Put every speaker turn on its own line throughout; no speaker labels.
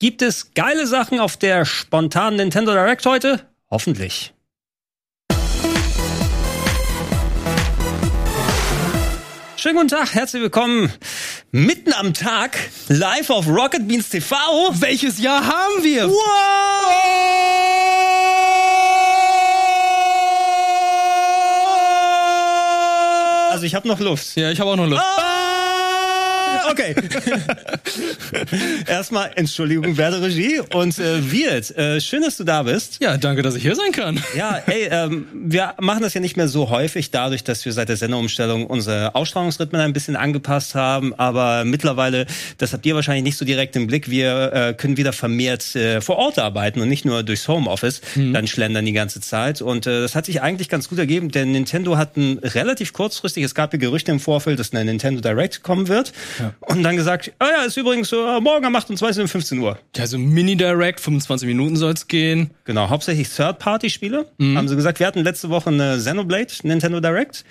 Gibt es geile Sachen auf der spontanen Nintendo Direct heute? Hoffentlich. Schönen guten Tag, herzlich willkommen mitten am Tag live auf Rocket Beans TV.
Welches Jahr haben wir?
Also ich habe noch Luft.
Ja, ich habe auch noch Lust.
Ah, Okay. Erstmal Entschuldigung, werte Regie. Und äh, Wirt, äh, schön, dass du da bist.
Ja, danke, dass ich hier sein kann.
Ja, ey, ähm, wir machen das ja nicht mehr so häufig, dadurch, dass wir seit der Senderumstellung unsere Ausstrahlungsrhythmen ein bisschen angepasst haben. Aber mittlerweile, das habt ihr wahrscheinlich nicht so direkt im Blick, wir äh, können wieder vermehrt äh, vor Ort arbeiten und nicht nur durchs Homeoffice dann schlendern die ganze Zeit. Und äh, das hat sich eigentlich ganz gut ergeben, denn Nintendo hat ein relativ kurzfristig, es gab ja Gerüchte im Vorfeld, dass eine Nintendo Direct kommen wird. Und dann gesagt, ah ja, ist übrigens äh, morgen am 28. um 15 Uhr.
Ja, so Mini-Direct, 25 Minuten soll's gehen.
Genau, hauptsächlich Third-Party-Spiele, haben sie gesagt. Wir hatten letzte Woche eine Xenoblade, Nintendo Direct.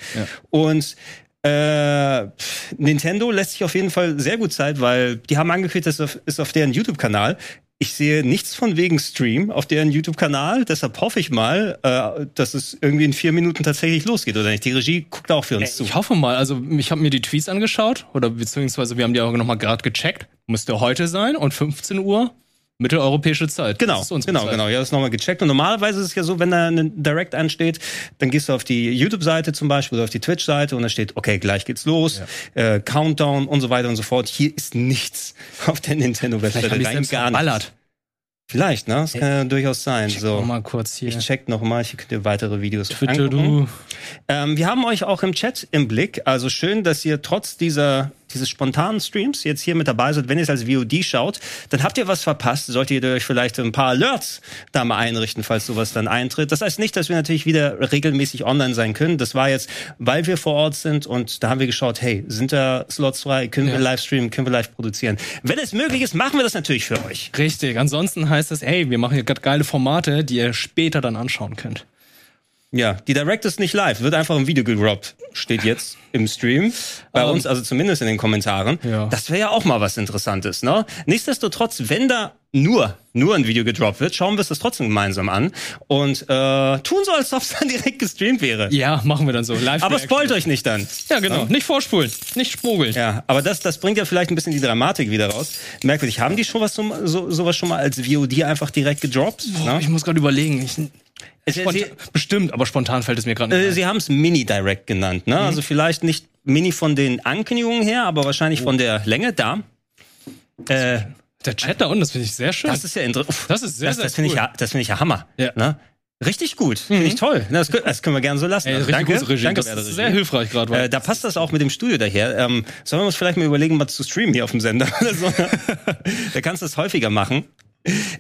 Und äh, pff, Nintendo lässt sich auf jeden Fall sehr gut Zeit, weil die haben angekündigt, das auf- ist auf deren YouTube-Kanal. Ich sehe nichts von wegen Stream auf deren YouTube-Kanal, deshalb hoffe ich mal, äh, dass es irgendwie in vier Minuten tatsächlich losgeht, oder nicht? Die Regie guckt auch für uns zu.
Ich hoffe mal, also ich habe mir die Tweets angeschaut oder beziehungsweise wir haben die auch nochmal gerade gecheckt. Müsste heute sein und 15 Uhr mitteleuropäische Zeit.
Genau,
Das ist unsere
genau,
Zeit.
genau. Ich habe das nochmal gecheckt. Und normalerweise ist es ja so, wenn da ein Direct ansteht, dann gehst du auf die YouTube-Seite zum Beispiel oder auf die Twitch-Seite und da steht, okay, gleich geht's los, äh, Countdown und so weiter und so fort. Hier ist nichts auf der Nintendo-Webseite.
Vielleicht haben die
rein
selbst
gar nichts.
verballert.
Vielleicht, ne? Das kann ja durchaus sein.
So.
So.
Mal kurz hier.
Ich check nochmal, hier könnt ihr weitere Videos
Twitter,
angucken.
du.
Ähm, wir haben euch auch im Chat im Blick. Also schön, dass ihr trotz dieser, dieses spontanen Streams jetzt hier mit dabei seid. Wenn ihr es als VOD schaut, dann habt ihr was verpasst. Solltet ihr euch vielleicht ein paar Alerts da mal einrichten, falls sowas dann eintritt. Das heißt nicht, dass wir natürlich wieder regelmäßig online sein können. Das war jetzt, weil wir vor Ort sind und da haben wir geschaut, hey, sind da Slots frei? Können wir
Ja.
live streamen? Können wir live produzieren? Wenn es möglich ist, machen wir das natürlich für euch.
Richtig, ansonsten heißt es, hey, wir machen hier gerade geile Formate, die ihr später dann anschauen könnt.
Ja, die Direct ist nicht live, wird einfach im Video gedroppt. Steht jetzt im Stream. Bei uns, also zumindest in den Kommentaren.
Ähm. Ja.
Das wäre ja auch mal was Interessantes, ne? Nichtsdestotrotz, wenn da nur, nur ein Video gedroppt wird, schauen wir es das trotzdem gemeinsam an. Und äh, tun so, als ob es dann direkt gestreamt wäre.
Ja, machen wir dann so. Live
Aber
Reaction.
spoilt euch nicht dann.
Ja, genau. Nicht vorspulen, nicht spugeln.
Ja, aber das, das bringt ja vielleicht ein bisschen die Dramatik wieder raus. Merkwürdig, haben die schon was zum, so, sowas schon mal als VOD einfach direkt gedroppt?
Boah,
ne?
Ich muss gerade überlegen. Ich,
Es- es-
spontan, bestimmt, aber spontan fällt es mir gerade
Äh,
nicht.
Sie haben es Mini-Direct genannt, ne?
Mhm.
Also vielleicht nicht Mini von den Ankündigungen her, aber wahrscheinlich
Oh.
von der Länge da. Äh,
ein. Der Chat da unten, das finde ich sehr schön.
das ist ja interessant.
Das ist sehr,
das,
sehr
das finde ich,
cool.
ja, das finde ich ja Hammer.
Ja. Mhm.
Ne? Richtig gut, finde ich toll. Na, Das, kö- das können wir gerne so lassen.
Ey,
Also
richtig
danke,
gutes Regie.
danke,
das
werte Regie.
ist sehr hilfreich gerade. weil-
Äh, da passt das auch mit dem Studio daher. Ähm, sollen wir uns vielleicht mal überlegen, mal zu streamen hier auf dem Sender? oder so? da kannst du es häufiger machen.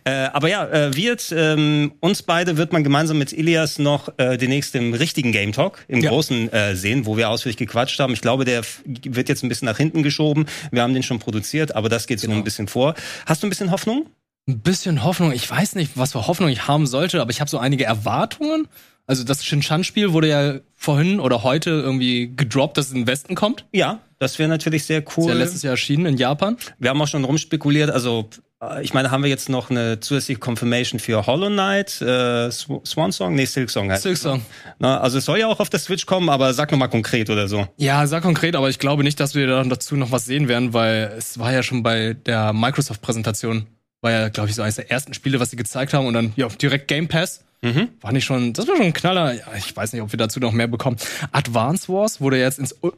Äh, aber ja, äh, wir jetzt, ähm, uns beide wird man gemeinsam mit Ilias noch äh, demnächst im richtigen Game Talk, im
Ja.
großen äh, sehen, wo wir ausführlich gequatscht haben. Ich glaube, der f- wird jetzt ein bisschen nach hinten geschoben. Wir haben den schon produziert, aber das geht so ein bisschen vor. Hast du ein bisschen Hoffnung?
Ein bisschen Hoffnung. Ich weiß nicht, was für Hoffnung ich haben sollte, aber ich habe so einige Erwartungen. Also das Shin-Chan-Spiel wurde ja vorhin oder heute irgendwie gedroppt, dass es in den Westen kommt.
Ja, das wäre natürlich sehr
Ist
cool.
ja letztes Jahr erschienen in Japan.
Wir haben auch schon rumspekuliert, also äh, ich meine, haben wir jetzt noch eine zusätzliche Confirmation für Hollow Knight, äh, Sw- Swan Song? Nee, Silk Song halt.
Silk Song.
Na, also es soll ja auch auf der Switch kommen, aber sag nochmal konkret oder so.
Ja, sehr konkret, aber ich glaube nicht, dass wir dann dazu noch was sehen werden, weil es war ja schon bei der Microsoft-Präsentation, war ja, glaube ich, so eines der ersten Spiele, was sie gezeigt haben und dann ja direkt Game Pass.
Mhm.
War nicht schon, das war schon ein Knaller. Ja, ich weiß nicht, ob wir dazu noch mehr bekommen. Advance Wars wurde jetzt ins Ir-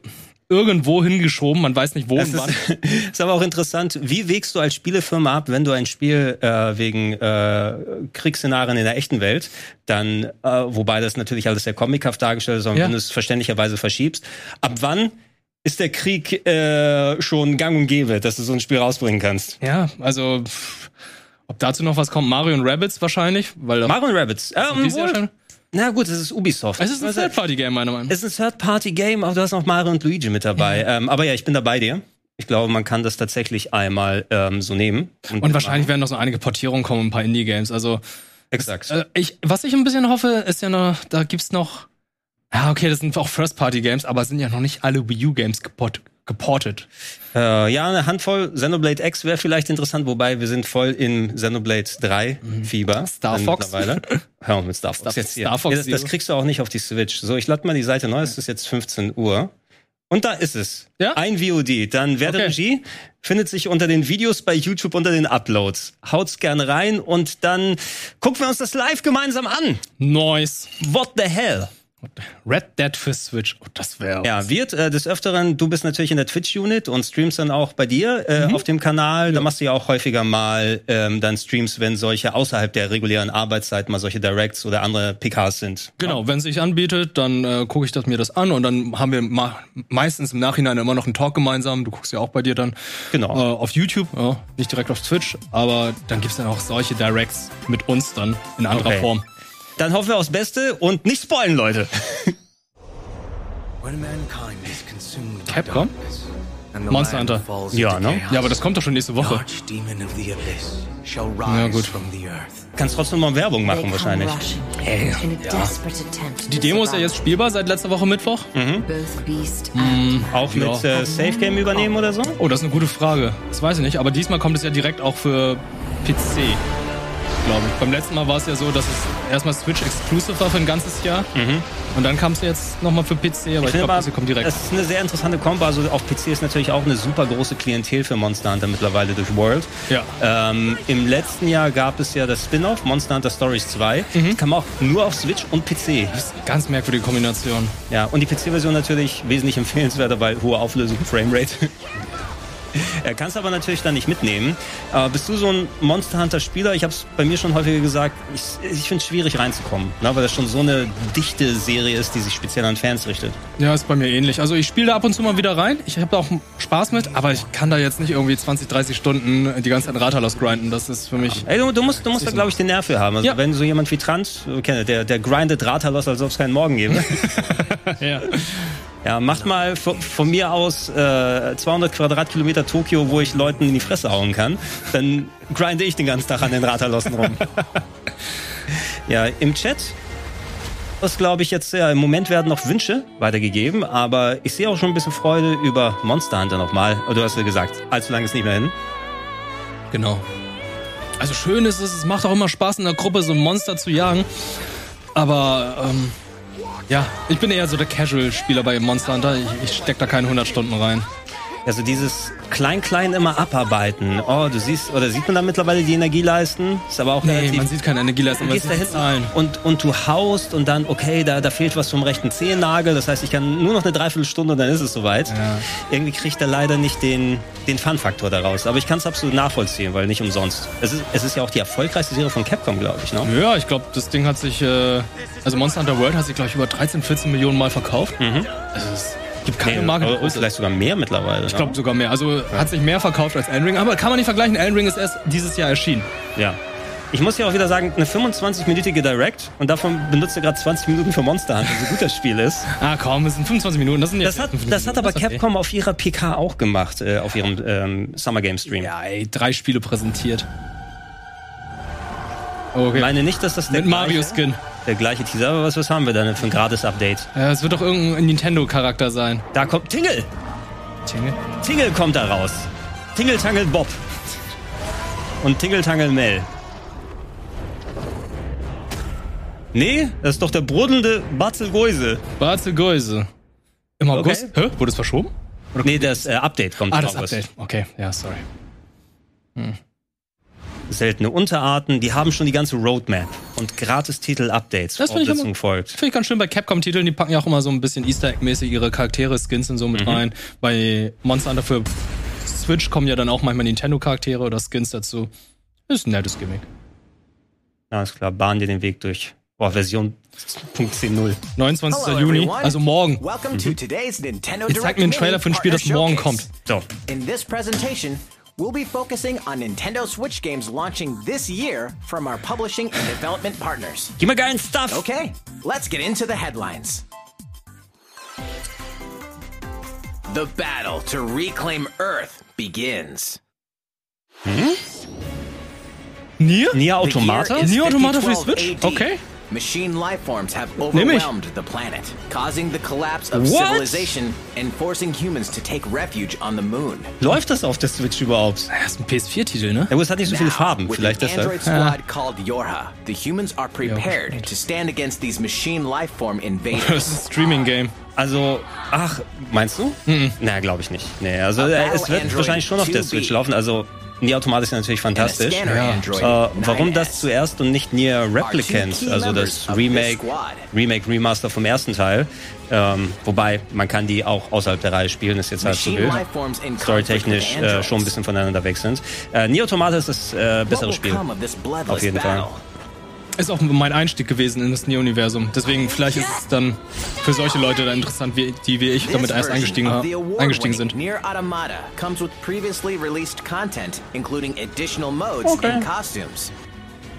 irgendwo hingeschoben, man weiß nicht wo
Es
und wann.
ist, ist aber auch interessant, wie wägst du als Spielefirma ab, wenn du ein Spiel äh, wegen äh, Kriegsszenarien in der echten Welt, dann, äh, wobei das natürlich alles sehr comichaft dargestellt ist, sondern
Ja.
wenn du es verständlicherweise verschiebst, ab wann ist der Krieg äh, schon gang und gäbe, dass du so ein Spiel rausbringen kannst?
Ja, also pff, ob dazu noch was kommt, Mario und Rabbids wahrscheinlich, weil da-
Mario und Rabbids.
die
Ähm,
ist ja
wohl-
schon-
Na gut, es ist Ubisoft.
es ist ein
Also,
Third-Party-Game meiner Meinung nach.
es ist ein Third-Party-Game, aber du hast noch Mario und Luigi mit dabei.
Mhm.
Ähm, aber ja, ich bin da bei dir. Ich glaube, man kann das tatsächlich einmal ähm, so nehmen.
Und wahrscheinlich werden noch so einige Portierungen kommen, ein paar Indie-Games. Also
Exakt.
Äh, ich, was ich ein bisschen hoffe, ist ja noch, da gibt's noch. Ja, okay, das sind auch First-Party-Games, aber es sind ja noch nicht alle Wii U-Games geport geportet.
Äh, ja, eine Handvoll. Xenoblade X wäre vielleicht interessant, wobei wir sind voll im Xenoblade 3 Fieber.
Mhm. Star
dann
Fox.
mittlerweile. Hör auf mit Star Fox.
Star-
jetzt hier.
Star Fox
Ja, das, das
Zero.
kriegst du auch nicht auf die Switch. So, ich lade mal die Seite neu. Es ist jetzt 15 Uhr. Und da ist es.
Ja?
Ein VOD. Dann werte
Okay.
Regie findet sich unter den Videos bei YouTube unter den Uploads. Haut's gerne rein und dann gucken wir uns das live gemeinsam an.
Nice.
What the hell?
Red Dead für Switch. Oh, das wäre.
Ja, wird äh, des Öfteren, du bist natürlich in der Twitch-Unit und streamst dann auch bei dir äh,
Mhm.
auf dem Kanal. Da machst du ja auch häufiger mal ähm, dann Streams, wenn solche außerhalb der regulären Arbeitszeit mal solche Directs oder andere PKs sind.
Genau, wenn es sich anbietet, dann äh, gucke ich das mir das an und dann haben wir ma meistens im Nachhinein immer noch einen Talk gemeinsam. Du guckst ja auch bei dir dann.
Genau.
Äh, auf YouTube, ja, nicht direkt auf Twitch, aber dann gibt's dann auch solche Directs mit uns dann in anderer
Okay.
Form.
Dann hoffen wir aufs Beste und nicht spoilen, Leute.
When mankind is consumed by
Capcom?
darkness and the
Monster
land
Hunter.
falls
Ja,
into
ne?
chaos,
Ja, aber das kommt doch schon nächste
the
Woche.
Archdemon of the Abyss shall
Ja,
rise
gut.
from the earth.
Kannst trotzdem mal Werbung
They
machen
come
wahrscheinlich.
rushing in a desperate attempt
Die
to
Demo ist ja
survive.
jetzt Mhm. spielbar seit letzter Woche Mittwoch.
Both beast and
Auch
Ja.
mit äh, Safe Game übernehmen oder so?
Oh, das ist eine gute Frage. Das weiß ich nicht, aber diesmal kommt es ja direkt auch für PC. Glaube ich. Beim letzten Mal war es ja so, dass es erstmal Switch Exclusive war für ein ganzes Jahr. Und dann kam es jetzt nochmal für PC, aber Mhm. ich, glaube,
Das
PC kommt direkt.
ist eine sehr interessante Kombo. Also auf PC ist natürlich auch eine super große Klientel für Monster Hunter mittlerweile durch World.
Ja.
Ähm, Im letzten Jahr gab es ja das Spin-off Monster Hunter Stories 2.
Mhm.
Das kam auch nur auf Switch und PC.
Das ist eine ganz merkwürdige Kombination.
Ja, und die PC-Version natürlich wesentlich empfehlenswerter, weil hohe Auflösung, Framerate. Äh, Kannst aber natürlich dann nicht mitnehmen. Äh, bist du so ein Monster Hunter-Spieler? Ich habe es bei mir schon häufiger gesagt, ich, ich finde es schwierig reinzukommen, ne, weil das schon so eine dichte Serie ist, die sich speziell an Fans richtet.
Ja, ist bei mir ähnlich. Also ich spiele da ab und zu mal wieder rein. Ich habe da auch Spaß mit, aber ich kann da jetzt nicht irgendwie 20, 30 Stunden die ganze Zeit Ratalos grinden. Das ist für mich.
Ey, du, du musst, du musst da, glaube ich, den Nerv für haben. Also,
Ja.
wenn so jemand wie Trant, äh, kenne, der, der grindet Ratalos, als ob es keinen Morgen gäbe.
Ja.
ja, macht mal von, von mir aus äh, 200 Quadratkilometer Tokio, wo ich Leuten in die Fresse hauen kann. Dann grinde ich den ganzen Tag an den Ratalossen rum. ja, im Chat. Das glaube ich jetzt, ja, im Moment werden noch Wünsche weitergegeben, aber ich sehe auch schon ein bisschen Freude über Monster Hunter nochmal. Du hast ja gesagt, allzu lange ist nicht mehr hin.
Genau. Also schön ist es, es macht auch immer Spaß in der Gruppe so ein Monster zu jagen. Aber ähm, ja, ich bin eher so der Casual-Spieler bei Monster Hunter. Ich, ich steck da keine 100 Stunden rein.
Also dieses Klein-Klein immer abarbeiten. Oh, du siehst, oder sieht man da mittlerweile die Energieleisten? Ist aber auch
Nee,
relativ...
man sieht keine Energieleistung.
Du
man
gehst da
sieht die
hinten und, und du haust und dann, okay, da, da fehlt was vom rechten Zehennagel. Das heißt, ich kann nur noch eine Dreiviertelstunde und dann ist es soweit. Irgendwie kriegt er leider nicht den, den Fun-Faktor daraus. Aber ich kann es absolut nachvollziehen, weil nicht umsonst. Es ist, es ist ja auch die erfolgreichste Serie von Capcom, glaube ich. Ne?
Ja, ich glaube, das Ding hat sich, äh, also Monster Hunter World hat sich, glaube ich, über 13, 14 Millionen Mal verkauft. Also es gibt keine Marke. die
oder, oder
größer
vielleicht sogar mehr mittlerweile. ne?
Ich glaube sogar mehr. Also hat sich mehr verkauft als Elden Ring. Aber kann man nicht vergleichen. Elden Ring ist erst dieses Jahr erschienen.
Ja. Ich muss ja auch wieder sagen, eine 25-minütige Direct und davon benutzt er gerade 20 Minuten für Monster Hunter, so gut das Spiel ist.
Ah komm, es sind 25 Minuten. Das, sind jetzt
Das hat,
15
das hat aber
Minuten. okay.
Capcom auf ihrer PK auch gemacht, äh, auf ihrem ähm, Summer Game Stream.
Ja, ey, drei Spiele präsentiert. Oh, Okay.
Ich meine nicht, dass das der
Mit Mario
gleiche,
Skin.
der gleiche Teaser, aber was, was haben wir denn für ein Gratis-Update?
Äh, Es wird doch irgendein Nintendo-Charakter sein.
Da kommt Tingle!
Tingle.
Tingle kommt da raus. Tingle Tangle Bob. Und Tingle Tangle Mel. Nee, das ist doch der brodelnde Batzelgeuse.
Barzel Geuse. Im August? Hä? Wurde es verschoben?
Nee, das äh, Update kommt
Ah,
im
das
August.
Update. Okay, ja, sorry.
Seltene Unterarten, die haben schon die ganze Roadmap und Gratis-Titel-Updates.
Das find ich
Fortsetzung
immer-
folgt.
Finde ich ganz schön bei Capcom-Titeln, die packen ja auch immer so ein bisschen Easter Egg-mäßig ihre Charaktere, Skins und so mit rein. Bei Monster Hunter für Switch kommen ja dann auch manchmal Nintendo-Charaktere oder Skins dazu. Ist ein nettes Gimmick.
Alles klar, bahn dir den Weg durch. Boah, Version 10.0.
29.
Hello,
Juni,
everyone.
also morgen. Mhm.
Welcome to today's Nintendo
Jetzt zeigt mir einen Trailer für ein Spiel, das morgen kommt.
So,
In this presentation, we'll be focusing on Nintendo Switch games launching this year from our publishing and development partners.
gib mir geilen Stuff!
Okay, let's get into the headlines. The battle to reclaim Earth begins.
Nier?
Nier Automata?
The year is
Nier Automata für die
5012
Switch?
AD,
Okay.
machine lifeforms have
Nämlich.
overwhelmed the planet, causing the collapse of
What?
civilization and forcing humans to take refuge on the moon.
Läuft das auf der Switch überhaupt?
Das ist ein PS4-Titel, ne?
Ja, gut, es hat nicht so viele
Now,
Farben,
with
vielleicht
an android
deshalb.
squad called Yorha, the humans are prepared to stand against these machine lifeform
Das
invaders.
ist ein Streaming-Game.
Also, ach, meinst du? Na, glaube ich nicht. Nee, also
A
äh, es
battle
wird
Hm. android
wahrscheinlich schon auf der
2B.
Switch laufen. Also, Nier Automata ist natürlich
And a
fantastisch.
scanner
Ja.
android,
Äh, warum
9S.
das zuerst und nicht Nier
Are two
Replicant,
key
also
members
das
of this
Remake,
squad.
Remake Remaster vom ersten Teil? Ähm, wobei, man kann die auch außerhalb der Reihe spielen, ist jetzt halt so
Machine
wild.
lifeforms in conflict
Storytechnisch
with
äh,
androids.
schon ein bisschen voneinander weg sind. Äh, Nier Automata ist das äh,
What
bessere
will
Spiel.
come of this bloodless
Auf jeden Fall.
battle?
Ist auch mein Einstieg gewesen in das Neo-Universum. Deswegen vielleicht ist es dann für solche Leute dann interessant, wie, die wie ich damit
This
erst
version
eingestiegen,
of
ha-
the
eingestiegen
award-winning
sind.
Nier Automata comes with previously released content, including additional modes and costumes.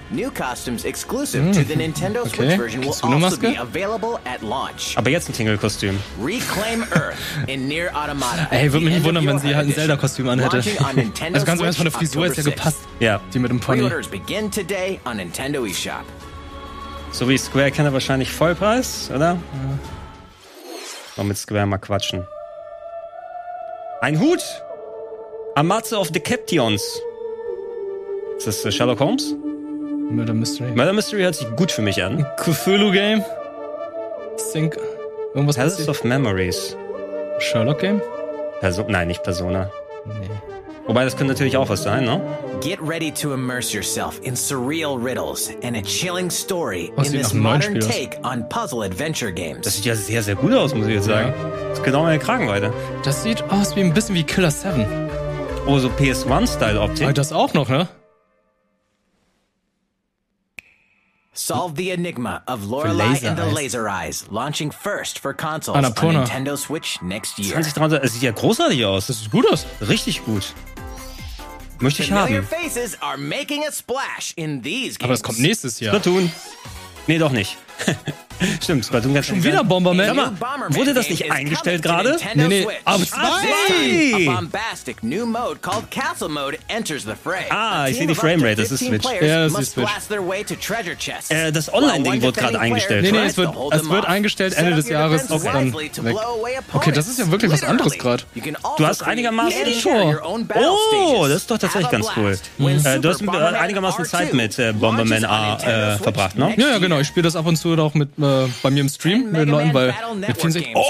New costumes exclusive to the Nintendo Switch
Hmm. okay.
version will
Kriegst du eine
also
Maske?
be available at launch.
Aber jetzt ein Tingle-Kostüm.
Reclaim Earth in Nier Automata.
Ey, würde mich
The
nicht wundern,
End
wenn
of
sie
Your
halt ein
Edition.
Zelda-Kostüm anhätte.
Launching on Nintendo
Also ganz im Ernst, von der
Switch
Frisur ist ja
October
gepasst.
6th.
Ja.
Die mit dem Pony.
Pre-orders begin today on Nintendo eShop.
So wie Square kennt er wahrscheinlich Vollpreis, oder? Mal mit Square mal quatschen. Ein Hut! Amatze of the Captions. Ist das äh, Sherlock Holmes?
Murder Mystery.
Murder Mystery hört sich gut für mich an.
Cthulhu-Game. Sync. Irgendwas
Palace
passiert.
of Memories.
Sherlock-Game?
Perso Nein, nicht Persona. Wobei, das könnte natürlich auch was sein, ne?
Get ready to immerse yourself in surreal riddles and a chilling story
Oh,
in
sieht nach
this
einem neuen
modern
Spiel aus.
take on puzzle adventure
Das
games.
sieht ja sehr, sehr gut aus, muss ich jetzt sagen. Das ist genau meine Kragenweite.
Das sieht aus wie ein bisschen wie Killer 7.
Oh, so
Aber
PS1-Style-Optik.
das auch noch, ne?
Solve the enigma of Lorelei
Laser
and the
Eyes.
Laser Eyes, launching first for consoles
Annapurna.
on Nintendo Switch next year.
2030, das sieht ja großartig
Das
aus.
sieht gut aus.
Richtig gut. Möchte ich
Familiar
haben.
faces are making a splash in these games.
Aber das kommt nächstes Jahr.
Splatoon. Nee, doch nicht. Stimmt, Splatoon kann
Schon wieder Bomberman.
Sag mal,
Bomberman
wurde das
game
nicht
is
eingestellt
coming to
gerade?
Nintendo
Nee, nee,
Switch.
aber
Ah,
zwei!
A bombastic new mode called Castle Mode enters the fray.
Ah,
A
ich sehe
team
die
of up to
Framerate, das ist
15
Switch.
players
Ja, das
must
ist Switch.
blast their way to treasure chests.
Äh, das Online-Ding
While one
wurde gerade
defending player
eingestellt.
Nee, nee,
tries
es wird-
to hold
es
them
wird
off.
eingestellt
Set
Ende
up
des
your
Jahres,
defenses
okay, dann
wisely to
weg.
blow away
Okay, das ist ja wirklich was
opponents,
anderes
literally.
grad.
You can also
Du hast
create
einigermaßen
and
Tor.
share your own battle
Oh,
stages.
das ist doch tatsächlich
Have a
ganz cool.
blast when
Mhm. Äh,
Super
du hast äh,
Bomberman
einigermaßen
R2
Zeit mit äh,
launches
Bomberman
on Nintendo
A äh,
Switch
verbracht, ne?
next
Ja, ja, genau. Ich spiele das ab und zu auch mit äh, bei mir im Stream mit Leuten, weil mit vielen sich- Oh,
Oh,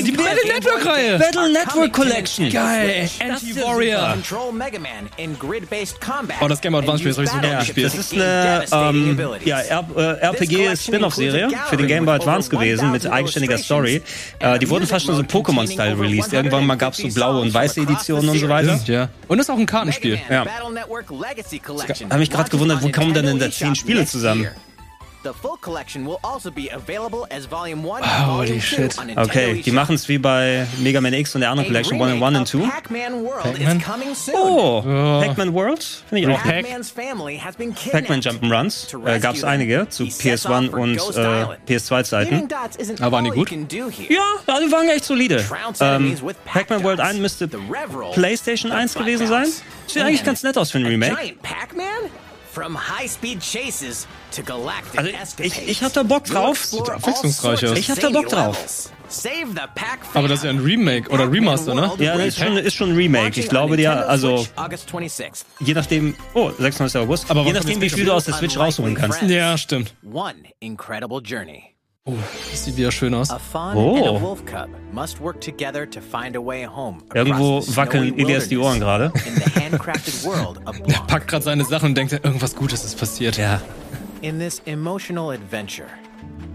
die Battle Network-Reihe.
Battle Network Collection.
Geil, Anti-Warrior.
Control Mega Man in grid-based combat.
Oh, das Game Boy Advance Spiel, das hab ich so
Ja,
gerne gespielt.
das ist eine ähm, ja, RPG-Spin-Off-Serie für den Game Boy Advance gewesen mit eigenständiger Story. Äh, die wurden fast schon so Pokémon-Style released. Irgendwann mal gab es so blaue und weiße Editionen und so weiter.
Stimmt, ja. Und ist auch ein Kartenspiel.
Ja.
Habe
Hab mich grad gewundert, wo kommen denn denn da zehn Spiele zusammen?
also
Holy shit.
Okay, die machen es wie bei Mega Man X und der anderen Collection 1 and 1 and 2.
Pac-Man?
Oh,
Oh, Pac-Man World? Finde ich auch.
Pac-
Pac-Man
Pac-Man Jump'n'Runs äh, gab es einige zu PS1 und äh, PS2-Zeiten.
PS2-Zeiten.
Aber waren die gut?
Ja, alle waren echt solide.
Trounced
Ähm,
enemies with pack
Pac-Man World
dots.
1 müsste
The Reveral,
PlayStation
the
1
Black
gewesen sein.
Dots.
Sieht eigentlich
And
ganz nett aus für ein
a
Remake.
Giant Pac-Man? From high-speed chases to galactic
Also,
escapades.
ich- ich hab da Bock drauf.
You'll explore
Sieht abwechslungsreich
all sorts
aus.
of
Ich hab da Bock
zany
drauf.
levels. Save the pack
Aber das ist ja ein Remake oder Remaster, ne?
Ja, das ist schon, ist schon ein Remake. Ich glaube dir, also
August 26th.
je nachdem, oh, 96. August,
Aber
je
was
nachdem,
haben
wie
wir
viel du aus der Switch rausholen kannst.
Ja, stimmt.
One incredible journey.
Oh, Das sieht wieder schön aus.
A fawn
Oh.
and a wolf cub must work together to find a way home. across
Irgendwo
the
wackeln
snowy
Elias die Ohren
wilderness
gerade.
In the handcrafted world of
Er
Blanc.
packt gerade seine Sachen und denkt, irgendwas Gutes ist passiert.
Ja.
In this emotional adventure,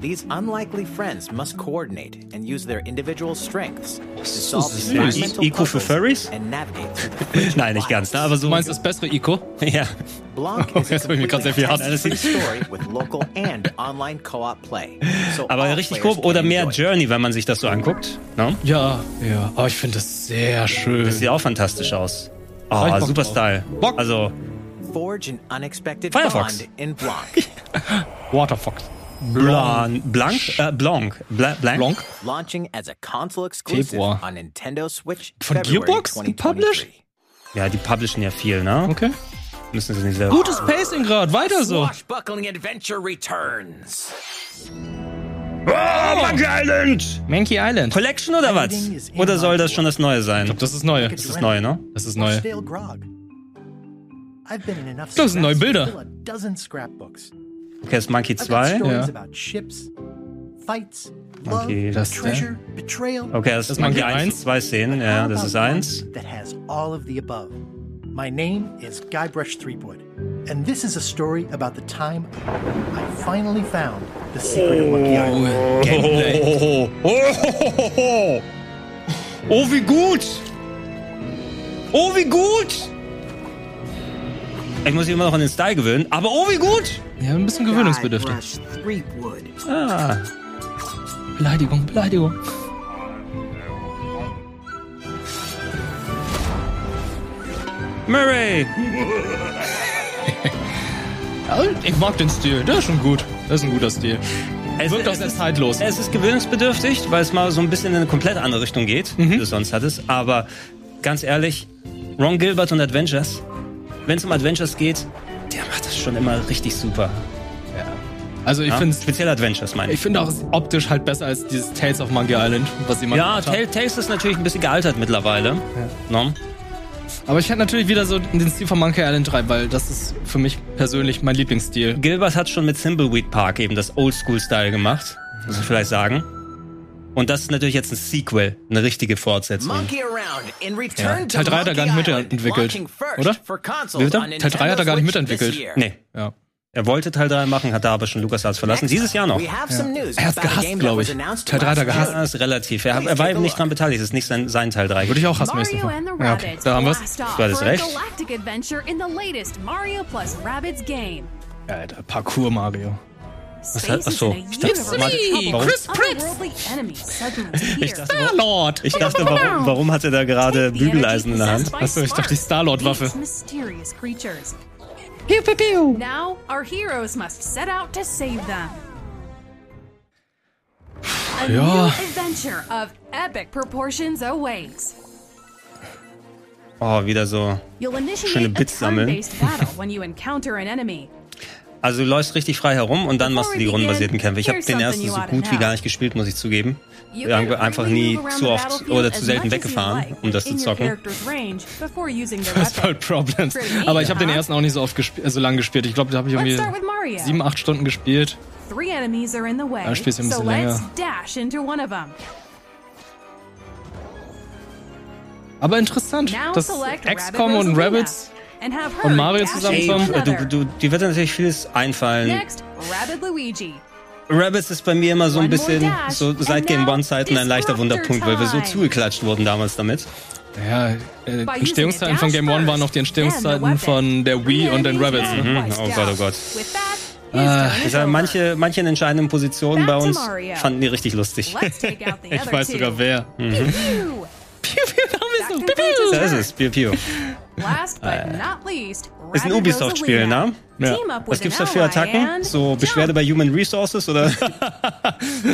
these unlikely friends must coordinate and use their individual strengths to solve
süß.
environmental
I- Eco for
puzzles
furries?
and navigate through the frigid
Nein, nicht ganz, ne? aber
Du
so.
meinst das bessere Ico?
Ja.
Blanc
Oh,
is a
jetzt hab ich mir grad sehr viel Hass.
completely text-free story with local and online co-op play. So all
Aber richtig
players
grob oder
can
mehr
enjoy it.
Journey, wenn man sich das so anguckt. Ne?
Ja, ja. Aber ich finde das sehr schön.
Sieht auch fantastisch aus.
ich
Oh,
Bock
super
drauf.
Style.
Bock.
Also,
Forge an unexpected
Firefox.
bond in Blanc.
Waterfox.
Blanc, Blanc, äh, Blanc, Bla- Blanc.
Blanc?
Launching as a console exclusive
Februar.
on Nintendo Switch
Von
February
Gearbox
2023.
gepublished?
Ja, die publishen ja viel, ne?
Okay.
Müssen sie nicht selber.
Gutes Pacing gerade, weiter so.
Swashbuckling Adventure returns.
Oh, Monkey Island!
Monkey Island. Ich
Collection oder was? Oder soll das schon das Neue sein?
glaube, das ist neu.
das ist neu, ne?
Das ist neu.
Dale Grog. I've been in enough
Das sind neue
scraps to
Bilder.
fill a dozen scrapbooks.
Okay, ist Monkey
I've got
2.
stories
Ja.
about ships, fights, love,
Monkey- Oh,
Das-
treasure, betrayal.
Okay, das ist Monkey
Monkey
1 und 2 Szenen. Ja,
How
das
about
ist
one
1.
That has all of the above. My name is Guybrush Threepwood, and this is a story about the time I finally found the secret of Monkey Island.
Gameplay.
Oh, oh, oh, oh, oh. oh, wie gut! Oh, wie gut! Ich muss mich immer noch an den Style gewöhnen, aber oh, wie gut!
Ja, ein bisschen gewöhnungsbedürftig.
Guybrush Threepwood.
Ah,
Beleidigung, Beleidigung.
Murray!
Ja, ich mag den Stil, der ist schon gut. Das ist ein guter Stil.
Es,
Wirkt auch
es
sehr
ist-
zeitlos.
Es ist gewöhnungsbedürftig, weil es mal so ein bisschen in eine komplett andere Richtung geht,
Mhm.
wie du es sonst hattest. Aber ganz ehrlich, Ron Gilbert und Adventures, wenn es um Adventures geht, der macht das schon immer richtig super.
Also ich
Ja?
finde
Speziell Adventures, meine ich.
ich finde auch optisch halt besser als dieses Tales of Monkey Island, was jemand
Ja, Tale- Tales ist natürlich ein bisschen gealtert mittlerweile. Ne?
Aber ich hätte natürlich wieder so den Stil von Monkey Island 3, weil das ist für mich persönlich mein Lieblingsstil.
Gilbert hat schon mit Thimbleweed Park eben das Oldschool-Style gemacht, muss ich vielleicht sagen. Und das ist natürlich jetzt ein Sequel, eine richtige Fortsetzung.
Monkey around in return
Ja.
to
Teil drei hat er
Monkey
gar nicht
Island,
mitentwickelt,
launching first
oder?
for consoles
Bitte?
on
Teil drei hat er gar nicht
Nintendo Switch
mitentwickelt.
this year.
Nee,
Ja.
er wollte Teil 3 machen, hat da aber schon LucasArts verlassen. Dieses Jahr noch.
We have some news
Er hat's
about a
gehasst,
game that
glaube
was
ich.
announced
Teil drei hat er
last
gehasst.
year.
Ja, ist relativ. Er, er war eben nicht dran beteiligt. Es ist nicht sein, sein Teil 3.
Würde ich auch hassen, wenn ich
Mario and the
Ja,
Rabbids
okay. Da haben wir's.
blast off
Du hattest
for a
recht.
galactic adventure in the latest Mario plus Rabbids game.
Alter, Parkour Mario.
Space
hat- ach
is
so.
in a
Ich dachte,
universe
warte,
of trouble.
warum-
Chris Pratt.
Otherworldly enemies suddenly appear.
Ich dachte,
Star Lord.
ich dachte warum, warum hat er da gerade
The energy
Bügeleisen in der Hand?
possessed by
Achso, ich dachte, die
sparks
Star-Lord-Waffe.
beats mysterious creatures. Now our heroes must set out to save them. A new
Ja.
adventure of epic proportions awaits.
Oh, wieder so.
You'll
Schöne
initiate a
Bits sammeln.
turn-based battle when you encounter an enemy.
Also du läufst richtig frei herum und dann
Before
machst du
we
die
begin,
rundenbasierten Kämpfe. Ich habe
here's
den
something
ersten
you
so
ought to
gut wie
know.
gar nicht gespielt, muss ich zugeben.
You can
Irgendwo einfach nie
freely
zu
move around the
oft
battlefield
oder
as
zu selten
much as you
weggefahren,
like
um das zu
within your
zocken.
character's range before using the
First
weapon.
World Problems.
Pretty,
Aber ich habe den
huh?
ersten auch nicht so oft gesp- so lange gespielt. Ich glaube, da habe ich
Let's start with
irgendwie
Mario.
sieben, acht Stunden gespielt.
Three enemies are in the way,
Ah, spielst du ein
so
bisschen
let's
länger.
dash into one of them.
Aber interessant,
Now
dass
select
XCOM
Rabbit
und
Rosalina
Rabbits
and have her
und Mario
dash
zusammenkommen.
into
Ey,
another.
du, du, dir wird natürlich vieles
äh,
einfallen.
Next, Rabbit Luigi.
Rabbits ist bei mir immer so ein
One more
bisschen
dash.
so seit
And
Game
now
One-Zeiten ein leichter
Disruptor
Wunderpunkt, weil wir so
time.
zugeklatscht wurden damals damit.
Ja, äh,
By using
Entstehungszeiten
a
von
dash
Game One
first
waren noch die
and the
Entstehungszeiten
weapon.
von der Wii
Three
und den
enemies
Rabbits. Ah,
are
Mhm.
twice
Oh Gott, oh
down.
Gott.
With that, his turn is
Ich sage,
over.
manche, manche in entscheidenden Positionen bei
Back to
uns
Mario.
fanden die richtig lustig.
Let's take out the
Ich
other
weiß
two.
sogar wer.
Mhm.
Pew,
Piu, piu,
That concludes his
piu.
Da ist es, Piu Piu.
Last but not least, Rabbit
Äh, Ist ein Ubisoft-Spiel,
Rosalina.
ne?
Ja.
Team up
Was
with
gibt's da
an
für
ally
Attacken?
and
So Beschwerde
jump.
bei Human Resources oder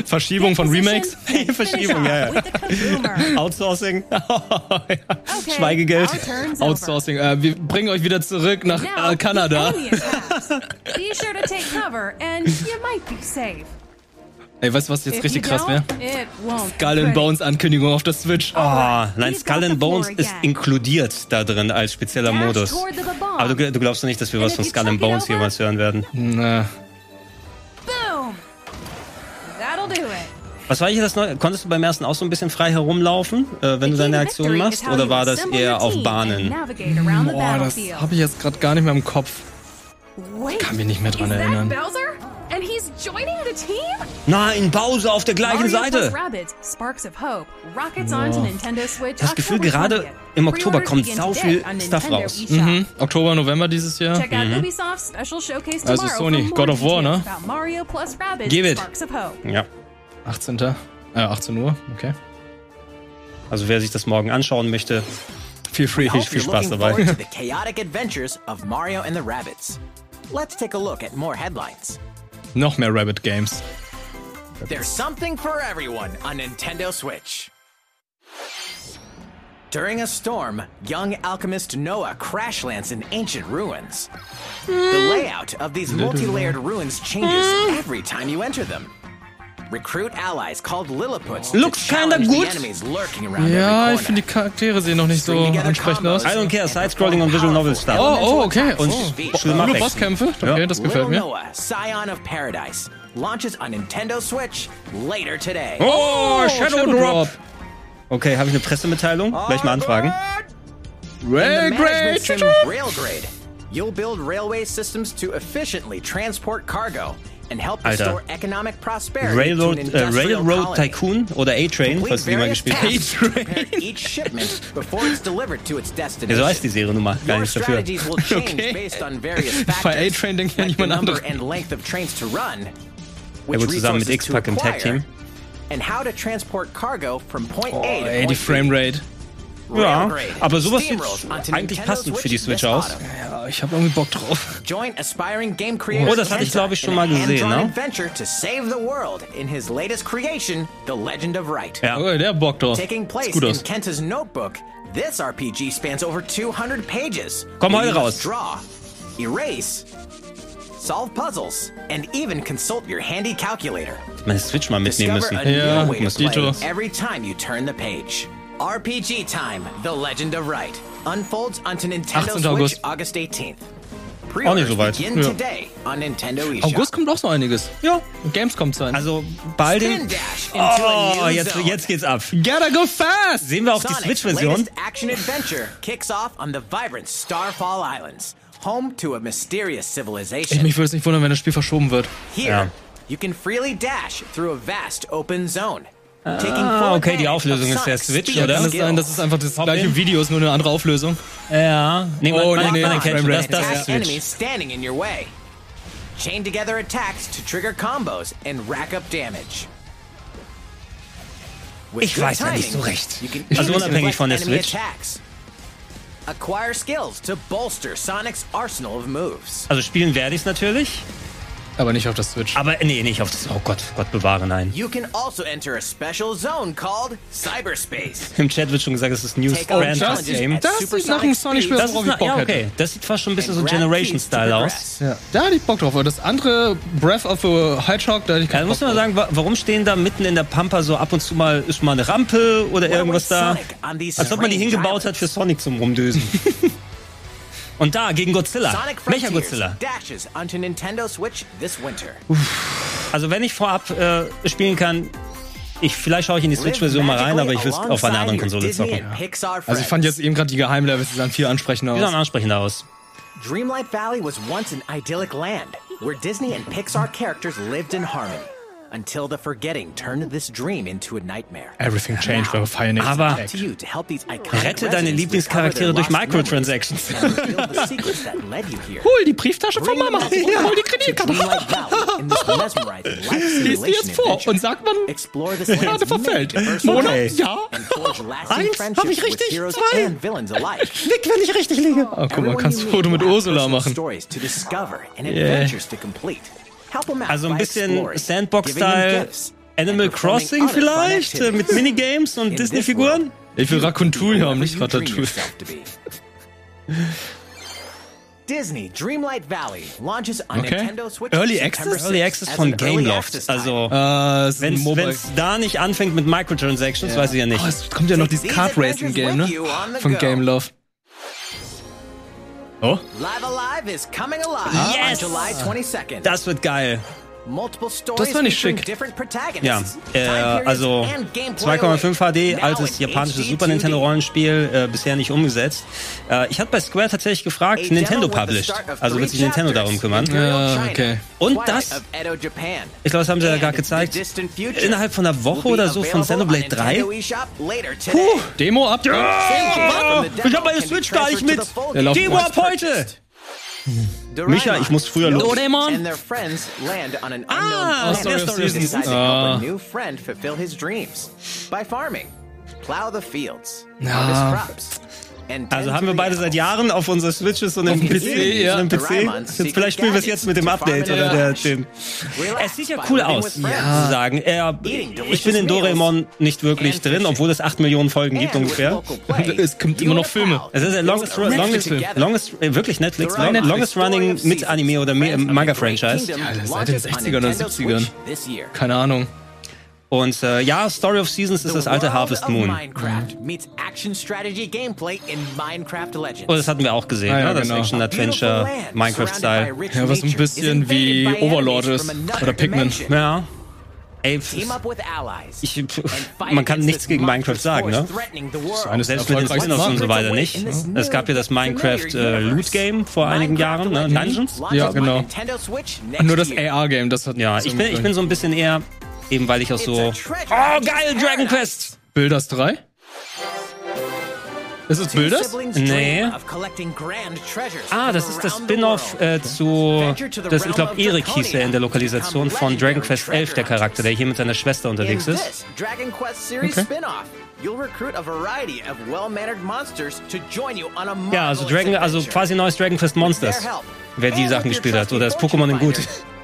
Verschiebung von Remakes.
Position and finish
Verschiebung, ja,
off with the Kazoomer.
Outsourcing? Oh,
Okay,
Schweigegeld.
our turn's over.
Outsourcing. Äh, wir bringen euch wieder zurück nach
Now,
äh, Kanada.
the enemy attacks. Be sure to take cover and you might be safe.
Ey, weißt du, was jetzt
If
richtig
you
krass wäre?
don't,
ne?
it won't be
Skull and
pretty.
Bones Ankündigung auf der Switch.
Oh, nein,
We've
Skull
got the
and Bones
floor
ist
again.
inkludiert da drin als spezieller
Dash
Modus.
toward the bomb.
Aber du, du glaubst doch nicht, dass wir was
if
von
you
Skull and
chuck it
Bones
over-
jemals hören werden.
Na,
Boom! That'll do it.
Was war hier das neue? Konntest du beim ersten auch so ein bisschen frei herumlaufen, äh, wenn du deine Aktion machst? Oder war das eher auf Bahnen?
Boah,
boah, das habe ich jetzt gerade gar nicht mehr im Kopf.
kann
mich nicht mehr dran erinnern.
Bowser? And he's joining the team?
Nein, Bowser auf der gleichen
Mario plus
Seite!
Rabbids, Sparks of Hope, rockets onto Nintendo Switch
Das Gefühl,
October
gerade
20th.
im Oktober
Pre-orders
kommt
begin
sau
today
viel
on
Stuff
Nintendo
raus. Mhm.
eShop.
Hm? Oktober, November dieses Jahr.
Check out Ubisoft's special showcase
Also
tomorrow
Sony,
for more
God of War,
details
ne?
about Mario plus Rabbids,
Give it.
Sparks of Hope.
Ja.
18. Äh, 18 Uhr, okay.
Also wer sich das morgen anschauen möchte,
Feel free.
viel, viel
You're
Spaß
looking
dabei.
forward to the chaotic adventures of Mario and the Rabbits. Let's take a look at more headlines.
Noch mehr Rabbit Games.
There's something for everyone on Nintendo Switch. During a storm, young alchemist Noah crash lands in ancient ruins.
Hmm.
The layout of these multi layered ruins changes every time you enter them. Recruit allies called Lilliputs
Looks
to challenge
kinda
the
gut.
enemies lurking around
Ja,
every
ich finde
corner.
die Charaktere sehen noch nicht so
String together
ansprechend aus.
combos
I don't care,
and
side-scrolling
perform
on visual novel
powerful
style.
Oh, oh, okay.
elemental
Und
attacks.
schlimmer
coole
Apex.
Bosskämpfe. Okay,
Ja.
das gefällt
Little
mir.
Noah, Scion of Paradise, launches on Nintendo Switch later today.
Oh,
Shadow Drop.
Okay, habe ich eine Pressemitteilung? Gleich mal anfragen.
In
Ray
the
Gray.
management sim Railgrade, you'll build railway systems to efficiently transport cargo and help
Alter.
restore economic prosperity
Railroad,
to an
äh,
industrial
Railroad
colony.
Tycoon oder A-Train,
Complete
falls du die mal
various
gespielt
tasks
hast.
to prepare each shipment before it's delivered to its
Ja,
destination.
so heißt die Seriennummer. Gar
Your
nichts dafür.
strategies will change
Okay.
based on various
Bei
factors,
A-Train denke ich an
like the
jemand
number
anderes.
and length of trains to run,
Er
which
wird zusammen mit
resources to
X-Pack im
acquire,
Tag-Team.
and how to transport cargo from point
Oh,
A to
ey, die
point B.
Framerate.
Ja,
Railgrade.
aber sowas sieht
Steamrolls onto
eigentlich
Nintendo
passend für die Switch
this
aus.
autumn.
Ja, ich habe irgendwie Bock drauf.
Join aspiring game creator
Oh, das hatte ich, glaube ich, schon mal gesehen, ne?
adventure to save the world in his latest creation, The Legend of Wright.
Ja.
Okay, der hat Bock drauf.
Taking
Sieht
place
gut
in
aus.
Kenta's notebook, this RPG spans over 200 pages.
Komm
where
heute
you must
raus.
Draw, erase, solve puzzles, and even consult your handy calculator.
Meine Switch mal mitnehmen
Discover
müssen.
a new
Ja,
way to
muss
play
Dito.
every time you turn the page. RPG time, The Legend of Wright, unfolds onto Nintendo
18.
Switch
August.
August 18th.
Auch nicht so weit.
Begin
Ja.
today on Nintendo eShop.
August kommt auch so einiges.
Ja.
Gamescom sein.
Also, bald den...
Spin dash into a
Oh,
new
jetzt,
zone.
jetzt geht's ab.
gotta go fast!
Sehen wir auch die
Sonic's
Switch-Version?
latest action adventure kicks off on the vibrant Starfall Islands, home to a mysterious
Ich,
civilization.
mich würde es nicht wundern, wenn das Spiel verschoben wird.
Here,
Ja.
you can freely dash through a vast open zone. Taking
Ah,
full
okay, die
advantage of
Auflösung ist der
Sonic's
Switch, oder?
speed and
Kann es
skill.
sein, dass es einfach das gleiche
in.
Video ist, nur eine andere Auflösung?
Ja. Nee, man,
Oh,
man,
nee, nee,
man
nee,
erkennt schon, das,
Framerate.
das
attack
ist Switch.
enemies standing in your way. Chain together attacks to trigger combos and rack up damage. With
Ich
good
weiß ja nicht so recht.
you can
Also
even
unabhängig von der
deflect enemy
Switch.
Attacks. Acquire skills to bolster Sonic's arsenal of moves.
Also spielen werde ich es natürlich,
Aber nicht auf der Switch.
aber nee, nicht auf das. Oh Gott, Gott bewahre, nein.
You can also enter a special zone called cyberspace.
Im Chat wird schon gesagt, es ist New
Take out
Grand
das,
challenges
Game.
Oh, at
das sieht nach einem Sonic-Spiel aus,
supersonic
Das
worauf
ist
ich
na,
Bock
ja,
hätte.
okay. Das sieht fast schon ein bisschen so
and grab keys to
Generation-Style aus.
progress.
Ja, da hätte ich Bock drauf. Aber das andere, Breath of the Hedgehog, da hätte ich
Ja,
keinen
da
Bock
muss man
drauf.
sagen, wa- warum stehen da mitten in der Pampa so ab und zu mal, ist mal eine Rampe oder irgendwas da?
Sonic on these
Als ob man die
strange
hingebaut
islands.
hat für Sonic zum Rumdösen. und da, gegen Godzilla.
Sonic Frontiers
Mecha-Godzilla.
dashes onto Nintendo Switch this winter.
Also wenn ich vorab äh, spielen kann, ich, vielleicht schaue ich in die Switch-Version mal rein, aber ich will es auf einer anderen Konsole zocken.
Also ich fand jetzt eben gerade die Geheimlevels, die sahen viel ansprechender
Sieht dann
aus.
ansprechender aus.
Dreamlight Valley was once an idyllic land where Disney and Pixar characters lived in harmony until the forgetting turned this dream into a nightmare.
Everything changed,
Now,
aber feier nichts.
Aber-
Up to you to help these iconic
Rette deine
residents
Lieblingscharaktere
recover their
durch
lost
Microtransactions.
memories and reveal the secrets that led you here.
Hol die Brieftasche von
Bring
Mama
them all
und hol die
back to
Kreditkarte.
Dreamlight Valley in this mesmerizing life
Lies dir
simulation
jetzt vor
adventure.
und sagt man,
Explore this
gerade
land's
verfällt.
many diverse
Mona,
worlds
ja.
and forge lasting
Eins, hab
friendships
ich
with
richtig?
heroes
Zwei.
and villains alike.
Nick, wenn ich richtig liege. Oh, guck mal,
Everyone
kannst
you
du
meet
Foto mit
will have
Ursula
personal
machen.
stories to discover and adventures to complete. Help 'em out
Also ein
by
bisschen
exploring, giving them
Sandbox-Style.
gifts,
Animal
and performing
Crossing
other fun
vielleicht? äh, Mit
activities.
Minigames
In
und
this
Disney-Figuren?
world,
Ich will
you
Ratatouille
be
haben,
whoever
nicht
you dream
Ratatouille.
yourself to be. Disney Dreamlight Valley launches on
Okay.
Nintendo Switch
Early
September
Access?
6th
Early Access
as
von
an early
Gameloft.
access title.
Also,
Äh, es ist ein
wenn's
Mobile.
wenn's da nicht anfängt mit Microtransactions, weiß ich ja nicht.
Oh, es kommt ja noch dieses Kart Racing Game, ne? Von Game Love. Oh?
Live Alive is coming alive on
Yes!
July 22nd.
Das wird geil.
Multiple stories
Das fand ich
featuring
schick.
different
Ja,
protagonists,
äh,
time periods
also
and gameplay
2,5
length.
HD,
Now
altes
in
japanisches
HD
Super
2D.
Nintendo Rollenspiel, äh, bisher nicht umgesetzt. Äh, ich hatte bei Square tatsächlich gefragt,
A demo
Nintendo
with the
published,
start of
also
three
wird sich Nintendo
chapters.
darum kümmern.
Imperial
Ja,
China,
Ah, okay.
Und
Twilight
das-
of Edo, Japan,
Ich glaube, das haben sie ja
and
gerade gezeigt.
the distant future
Innerhalb von einer Woche
will be
oder so von
available
Xenoblade
on
3.
Nintendo eShop later today.
Puh, Demo ab.
Ah,
Same game.
ich habe meine Switch gar nicht mit.
Der
läuft
Demo
noch.
ab heute.
Doraemon,
Micha, ich muss früher los.
Doraemon.
And their friends land on an unknown
Ah,
planet
Story of
and
Seasons.
decide to
Ah.
help a new friend fulfill his dreams by farming, plow the fields,
Ah.
harvest crops, and
Also
tend
haben
to
wir beide
the
seit
animals.
Jahren auf unseren Switches und im
Auf dem
PC.
PC, ja.
und im PC.
Doraemon's
Jetzt vielleicht spielen wir es jetzt mit dem Update oder der, dem.
Relax
Es sieht ja
by
cool
living
aus,
with
muss
friends.
ich sagen. Er, ich bin in Doraemon nicht wirklich drin, obwohl es 8 Millionen Folgen gibt
And
ungefähr.
with local play,
Es kommt immer noch Filme.
you and a pal
Es ist der longest,
can
longest,
live
longest,
together.
longest äh, wirklich Netflix, long,
Netflix.
longest running mit Anime oder Mi- Manga-Franchise.
Ja,
das seit den 60ern oder 70ern. Keine Ahnung.
Und äh, ja, Story of Seasons ist das alte Harvest Moon. Mhm.
Minecraft meets action strategy gameplay in Minecraft Legends.
Und Oh, das hatten wir auch gesehen,
Ah ja,
ne? das
genau.
Action-Adventure, Minecraft-Style.
Ja, was ein bisschen wie Overlord ist oder Pikmin.
Ja. Ey, pf-
Ich,
man kann nichts gegen Minecraft sagen, ne?
eines
selbst mit den
erfolgreichsten
Spin-offs und so
Marken.
weiter nicht.
Mhm.
Es gab ja das Minecraft äh, Loot Game vor einigen Jahren, ne? Dungeons.
Ja, genau. Nur das
AI.
AR-Game, das hat
Ja, ich bin, ich bin so ein bisschen eher, eben weil ich auch so. Oh, geil, Dragon Quest!
Bilders 3? Ist es Bilders?
Nee. Ah, das ist das Spin-off äh, zu, das ich glaube Erik hieß er in der Lokalisation von Dragon Quest 11, der Charakter, der hier mit seiner Schwester unterwegs
In
ist.
this Dragon Quest series
Okay.
spin-off, you'll recruit a variety of well-mannered monsters to join you on a
Ja, also Dragon, also quasi neues Dragon Quest Monsters. Wer die Sachen gespielt hat oder ist Pokémon denn gut?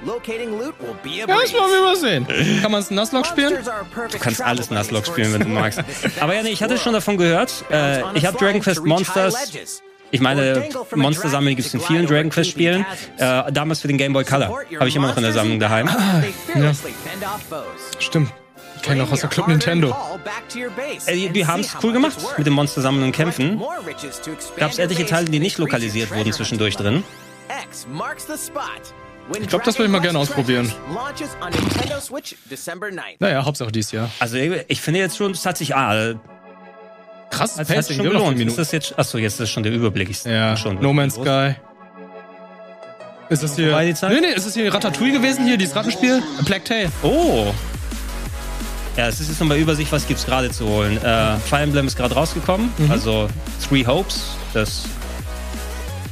Locating loot will be
Ja,
a
das
breeze.
wollen wir mal sehen. Kann man es Nuzlocke spielen?
Monsters are a perfect
Du kannst
travel
alles Nuzlocke
buddies
spielen, wenn du
for
magst.
explorers.
Aber ja, nee, ich hatte schon davon gehört. Äh, ich habe Dragon Quest Monsters. Ich meine, Monster sammeln gibt es in vielen Dragon Quest Spielen. Äh, damals für den Game Boy Color. Habe ich immer noch in der Sammlung daheim.
Stimmt. Ich kenne auch aus der Club Nintendo.
Äh, wir haben es cool gemacht mit dem Monster sammeln und kämpfen. Gab
Gab
es etliche Teile, die nicht lokalisiert wurden zwischendurch drin.
Ich
glaub, das will ich mal gerne ausprobieren. Naja, Hauptsache dies Jahr.
Also ich finde jetzt schon, es hat sich ah,
Krass,
es hat sich
Pacing,
schon
wir haben noch vier
gelohnt. Ist
Minuten.
das jetzt? Achso, jetzt ist schon der Überblick. Ich
Ja,
schon
No Man's Sky. Ist das hier.
Vorbei die Zeit?
Nee, nee, ist das hier Ratatouille gewesen? Hier, dieses Rattenspiel? A Black Tail.
Oh. Ja, es ist jetzt nochmal Übersicht, was gibt's gerade zu holen. Äh, Fire Emblem ist gerade rausgekommen, also Three Hopes, das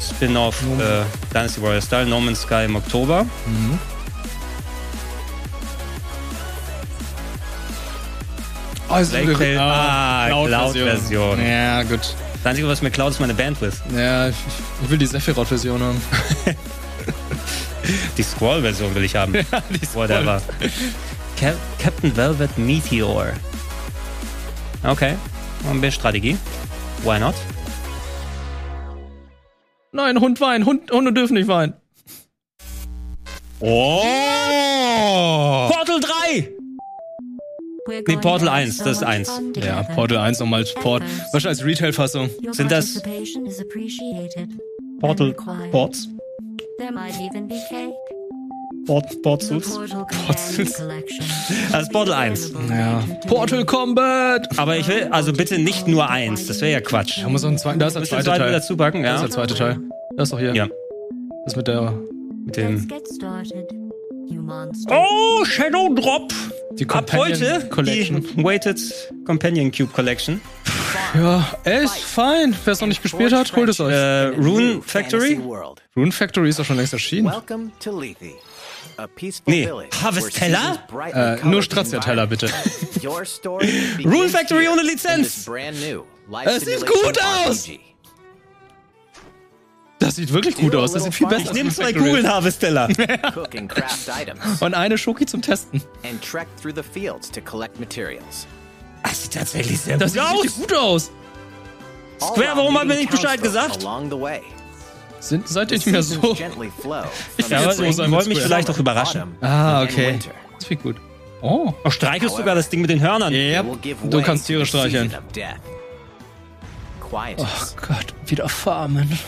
Spin-off äh, Dynasty Warrior Style, No Man's Sky im Oktober.
Oh, ist
Black Tail. Ah, Cloud-Version.
Ja, gut.
Das Einzige, was mir klaut, ist meine Bandwidth.
Ja, ich, ich will die Sephiroth-Version haben.
Die Scroll-Version will ich haben.
die
Whatever. Cap Captain Velvet Meteor. Okay, ein bisschen Strategie. Why not?
Nein, Hund weint. Hund, Hunde dürfen nicht weinen.
Oh! Portal 3!
Nee,
Portal 1, das ist 1.
Ja, Portal 1 nochmal als Port. Wahrscheinlich als Retail-Fassung.
Sind das- Portal Ports. Port, Portsuits.
Portals.
Das ist Portal 1.
Also Ja. Portal Combat!
Aber ich will, also bitte nicht nur eins. Das wäre ja Quatsch.
Da muss noch ein zweiter, da ist der
Müssen wir
zweite
zweite
Teil.
dazu packen,
Da
ja.
ist der zweite Teil. Das ist doch hier.
Ja.
Das mit der.
Mit dem. Oh, Shadow Drop!
Die
Ab
Companion
heute
Collection.
die Weighted Companion Cube Collection.
Ja, ey, ist fein. Wer es noch nicht gespielt hat, holt es euch.
Äh, Rune Factory?
Rune Factory ist doch schon längst erschienen.
Welcome to Lethe. A peaceful
Nee,
village
Harvest
where
Teller?
seasons brightly
Äh,
color
nur
the
Stracciatella, bitte.
environment. Your story begins
Rune Factory
here
ohne
in
Lizenz.
this brand new life
Es sieht
simulation
gut aus.
RPG.
Das sieht wirklich gut aus. Das sieht viel besser aus.
Nimm
als
zwei
Rune Factory.
Kugeln, Harvesteller.
Cook and craft items
Und eine Schoki zum Testen.
and trek through the fields to collect materials.
Das sieht tatsächlich sehr
Das
gut
sieht
aus.
richtig gut aus.
All
Square,
while
warum hat mir nicht
meeting
Bescheid
townsfolk
gesagt?
Along the way.
Sind, seid ihr nicht mehr so.
Seasons gently flow from
Ich
Ja, aber
jetzt so
die
sein
wollen mich
Square.
vielleicht auch überraschen.
autumn
Ah,
and
okay.
winter.
Das viel gut. Oh.
Oh, streichelst sogar das Ding mit den Hörnern.
Ja,
will give
du
way
kannst
to
Tiere
the season
streicheln.
of death. Quietness,
Ach Gott, wieder farmen.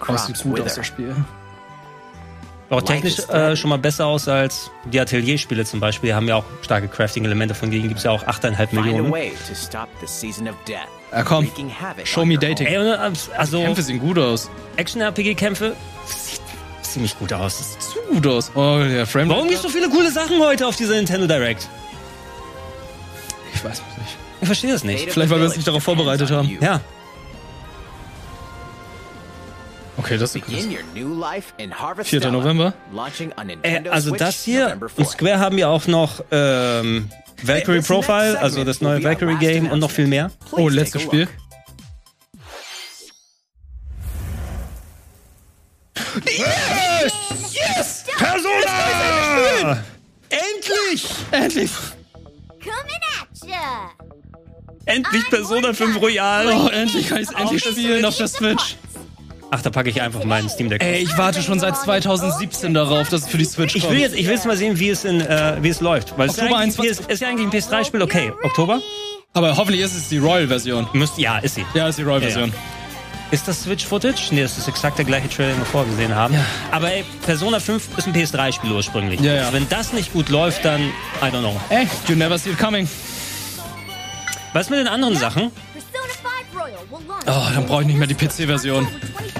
Oh, das sieht
crops
gut aus,
wither,
das Spiel.
Auch technisch äh, schon mal besser aus als die Atelier-Spiele zum Beispiel. Die haben ja auch starke Crafting-Elemente. Von denen gibt es ja auch 8,5
Find a
Millionen.
way to stop the season of death.
Ja, Ah, komm.
wreaking havoc
Show
on
me
your
dating.
Ey,
home.
und, äh, also
Kämpfe sehen gut aus.
Action-RPG-Kämpfe sieht ziemlich gut aus.
Zu gut aus. Oh, der Frame.
Warum gibt es so viele coole Sachen heute auf dieser Nintendo Direct?
Ich weiß es nicht.
Ich verstehe das nicht.
Vielleicht, weil wir uns nicht darauf vorbereitet haben.
Ja,
Okay, das ist
Begin your new life in Harvest
4. November.
Launching on
äh,
Nintendo
also
Switch
das hier
November
und
4th.
Square haben ja auch noch ähm, Valkyrie Profile, also das neue Valkyrie-Game und noch viel mehr.
Please
Oh,
take
letztes
a look.
Spiel.
Yes! Yes! Persona! Endlich! Endlich!
Coming at ya!
Endlich Persona 5 Royal!
Oh, endlich kann ich es endlich spielen auf der Switch.
Ach, da packe ich einfach meinen Steam Deck.
Ey, ich warte schon seit 2017 darauf, dass es für die Switch kommt.
Ich will jetzt, ich will jetzt mal sehen, wie es in, äh, wie es läuft. Weil es ist
Oktober
ja eigentlich-
21.
Ist, ist ja eigentlich ein PS3-Spiel, okay. Oktober?
Aber hoffentlich ist es die Royal-Version.
Müsst, ja, ist sie.
Ja, ist die Royal-Version.
Ist das Switch-Footage? Nee, das ist exakt der gleiche Trailer, den wir vorgesehen haben. Aber ey, Persona 5 ist ein PS3-Spiel ursprünglich.
Ja, ja.
Also wenn das nicht gut läuft, dann, I don't know.
Ey, you never see it coming.
Was mit den anderen Sachen?
Persona 5 Royal will launch.
Oh, dann brauche ich nicht mehr die PC-Version.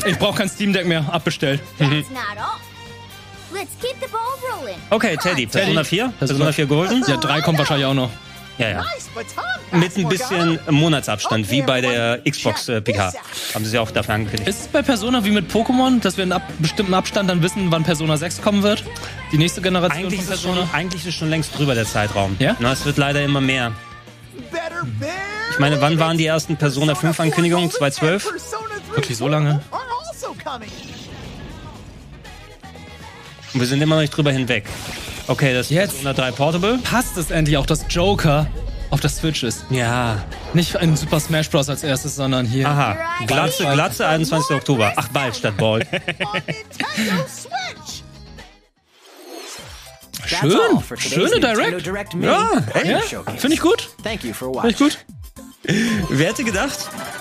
Ich brauche kein Steam Deck mehr. Abbestellt.
Mhm.
That's not all. Let's keep the ball rolling.
Okay, Teddy, Persona 4? Persona 4 Golden?
Ja, drei kommt wahrscheinlich auch noch.
Ja, ja. Oh. Mit ein bisschen Monatsabstand, wie bei der Xbox äh, PK. Haben sie ja auch dafür angekündigt.
Ist es bei Persona wie mit Pokémon, dass wir in ab bestimmten Abstand dann wissen, wann Persona 6 kommen wird? Die nächste Generation
Eigentlich ist,
von
es
Persona?
schon, eigentlich ist es schon längst drüber, der Zeitraum.
Ja?
Na, es wird leider immer mehr. Ich meine, wann waren die ersten Persona 5 Ankündigungen? 2012?
Wirklich so lange?
Und wir sind immer noch nicht drüber hinweg. Okay, das ist
Jetzt.
Persona 3 Portable.
Passt es endlich auch, dass Joker auf der Switch ist?
Ja.
Nicht in Super Smash Bros. als erstes, sondern hier.
Ah,
Aha. Glatze, Glatze, 21. Oktober. Ach, bald statt bald.
That's
Schön.
all for today's
Schöne
Nintendo
Direct.
Direct Mini
ja,
Preview
ja.
Showcase.
finde ich gut.
Thank you for
Finde ich
watching.
gut.
Wer hätte gedacht,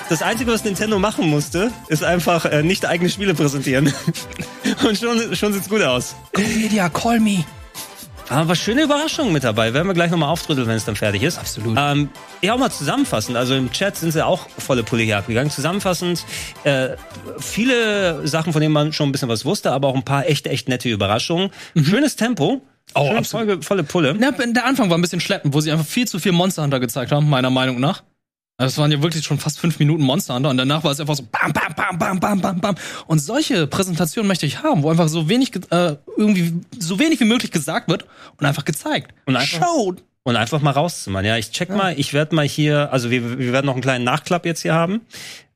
das Einzige, was Nintendo machen musste, ist einfach äh, nicht eigene Spiele präsentieren. Und schon, schon sieht's gut aus.
Media, call me.
Aber schöne Überraschungen mit dabei. Werden wir gleich nochmal aufdrütteln, wenn es dann fertig ist.
Absolut.
Ähm, ja, auch mal zusammenfassend. Also im Chat sind sie auch volle Pulle hier abgegangen. Zusammenfassend, äh, viele Sachen, von denen man schon ein bisschen was wusste, aber auch ein paar echt, echt nette Überraschungen. Schönes Tempo.
Mhm. Oh,
Schön
absolut.
Volle, volle Pulle.
Na, der Anfang war ein bisschen schleppend, wo sie einfach viel zu viel Monster Hunter gezeigt haben, meiner Meinung nach. Also es waren ja wirklich schon fast fünf Minuten Monster Hunter und danach war es einfach so bam, bam, bam, bam, bam, bam, bam. Und solche Präsentationen möchte ich haben, wo einfach so wenig, ge- äh, irgendwie, so wenig wie möglich gesagt wird und einfach gezeigt.
Und einfach-
Show.
Und einfach mal rauszumachen. Ja, ich check mal, ich werde mal hier, also wir, wir werden noch einen kleinen Nachklapp jetzt hier haben.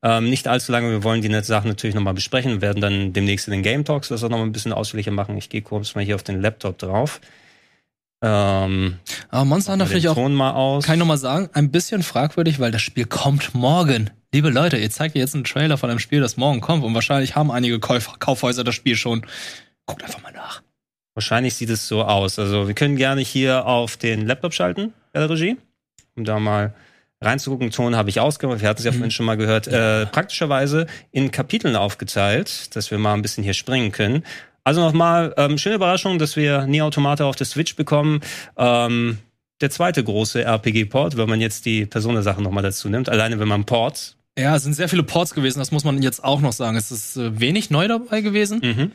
Ähm, nicht allzu lange, wir wollen die netten Sachen natürlich nochmal besprechen. Wir werden dann demnächst in den Game Talks das auch nochmal ein bisschen ausführlicher machen. Ich gehe kurz mal hier auf den Laptop drauf. Ähm,
Aber Monster Hunter
den
finde ich auch,
Ton mal aus.
kann ich nochmal sagen, ein bisschen fragwürdig, weil das Spiel kommt morgen. Liebe Leute, ihr zeigt jetzt einen Trailer von einem Spiel, das morgen kommt und wahrscheinlich haben einige Käuf Kaufhäuser das Spiel schon. Guckt einfach mal nach.
Wahrscheinlich sieht es so aus. Also wir können gerne hier auf den Laptop schalten, bei der Regie, um da mal reinzugucken. Ton habe ich ausgemacht, wir hatten es ja vorhin schon mal gehört. Äh, praktischerweise in Kapiteln aufgeteilt, dass wir mal ein bisschen hier springen können. Also nochmal, ähm, schöne Überraschung, dass wir Nier Automata auf der Switch bekommen. Ähm, der zweite große RPG-Port, wenn man jetzt die Personensachen nochmal dazu nimmt. Alleine wenn man Ports.
Ja, es sind sehr viele Ports gewesen, das muss man jetzt auch noch sagen. Es ist äh, wenig neu dabei gewesen.
Mhm.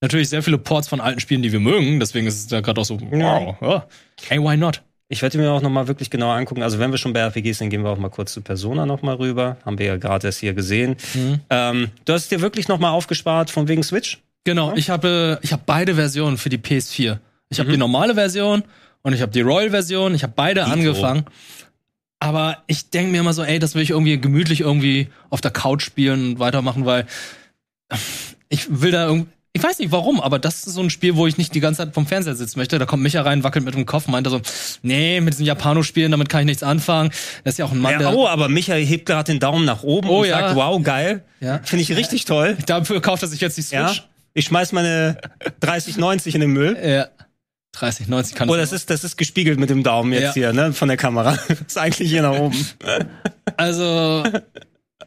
Natürlich sehr viele Ports von alten Spielen, die wir mögen, deswegen ist es da gerade auch so, wow, ja. hey, why not?
Ich werde mir auch noch mal wirklich genau angucken. Also wenn wir schon bei RPGs sind, gehen wir auch mal kurz zu Persona noch mal rüber. Haben wir ja gerade erst hier gesehen. Ähm, du hast es dir wirklich noch mal aufgespart von wegen Switch?
Genau, ich habe ich habe beide Versionen für die PS4. Ich
Mhm.
habe die normale Version und ich habe die Royal Version, ich habe beide angefangen. Aber ich denke mir immer so, ey, das will ich irgendwie gemütlich irgendwie auf der Couch spielen und weitermachen, weil ich will da irgendwie ich weiß nicht warum, aber das ist so ein Spiel, wo ich nicht die ganze Zeit vom Fernseher sitzen möchte. Da kommt Micha rein, wackelt mit dem Kopf, meint er so, nee, mit diesen Japano-Spielen, damit kann ich nichts anfangen. Das ist ja auch ein Mann,
Ja,
der,
oh, aber Michael hebt gerade den Daumen nach oben
Oh,
und
ja.
sagt, wow, geil.
Ja.
Finde ich richtig toll.
dafür kauft er sich jetzt die
Ja.
Switch.
Ich schmeiß meine 3090 in den Müll.
Ja. 30, 90 kann
Oh,
ich
das ist, das ist gespiegelt mit dem Daumen jetzt
Ja.
hier, ne? Von der Kamera. ist eigentlich hier nach oben.
Also,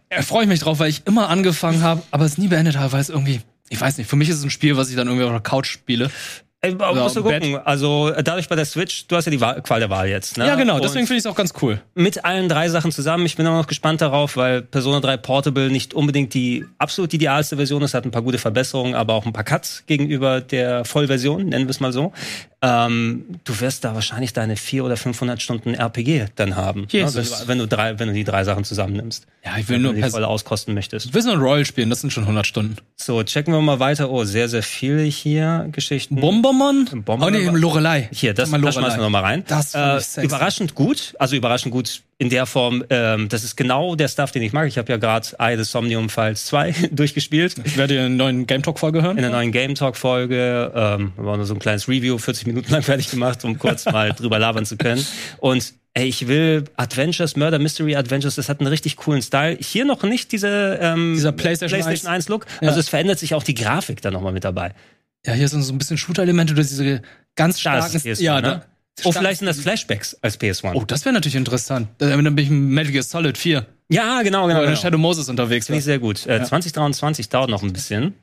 äh, freue ich mich drauf, weil ich immer angefangen habe, aber es nie beendet habe, weil es irgendwie, ich weiß nicht, für mich ist es ein Spiel, was ich dann irgendwie auf der Couch spiele.
Ey, aber
Ja,
musst du
Bett.
gucken. Also äh, dadurch bei der Switch, du hast ja die Wahl, Qual der Wahl jetzt, ne?
Ja, genau,
Und-
deswegen finde ich es auch ganz cool.
mit allen drei Sachen zusammen. Ich bin auch noch gespannt darauf, weil Persona 3 Portable nicht unbedingt die absolut idealste Version ist, hat ein paar gute Verbesserungen, aber auch ein paar Cuts gegenüber der Vollversion, nennen wir es mal so. Ähm, du wirst da wahrscheinlich deine 400 oder 500 Stunden RPG dann haben, ne? wenn,
Jesus.
du, wenn, du drei, wenn du die drei Sachen zusammennimmst.
Ja, ich will
Wenn
nur
du die
Pers
voll auskosten möchtest.
Wissen und Royal spielen, das sind schon 100 Stunden.
So, checken wir mal weiter. Oh, sehr, sehr viele hier Geschichten.
Bomberman?
Bomberman
Oh nee,
war-
Lorelei.
Hier, das,
Sag mal
das schmeißen wir nochmal rein.
Das finde ich
äh,
sexy.
überraschend gut, also überraschend gut in der Form, ähm, das ist genau der Stuff, den ich mag. Ich habe ja gerade Eye of the Somnium Files 2 durchgespielt
Ich werde in der neuen Game Talk-Folge hören.
in der neuen Game Talk Folge. Ähm, haben wir auch nur so ein kleines Review, 40 Minuten lang fertig gemacht, um kurz mal drüber labern zu können. Und ey, ich will Adventures, Murder Mystery Adventures, das hat einen richtig coolen Style. Hier noch nicht diese, ähm,
Dieser PlayStation
1 Look. Also es verändert sich auch die Grafik dann nochmal mit dabei.
Ja, hier sind so ein bisschen Shooter-Elemente oder diese ganz starken.
ist PS4,
ja,
ne?
ne?
Oh, vielleicht sind das Flashbacks als PS1.
Oh, das wäre natürlich interessant. Äh, Dann bin ich in Metal Gear Solid 4.
Ja, genau, genau.
Oder
genau.
Shadow Moses unterwegs.
Finde
war.
ich sehr gut. Äh, 2023 dauert noch ein bisschen.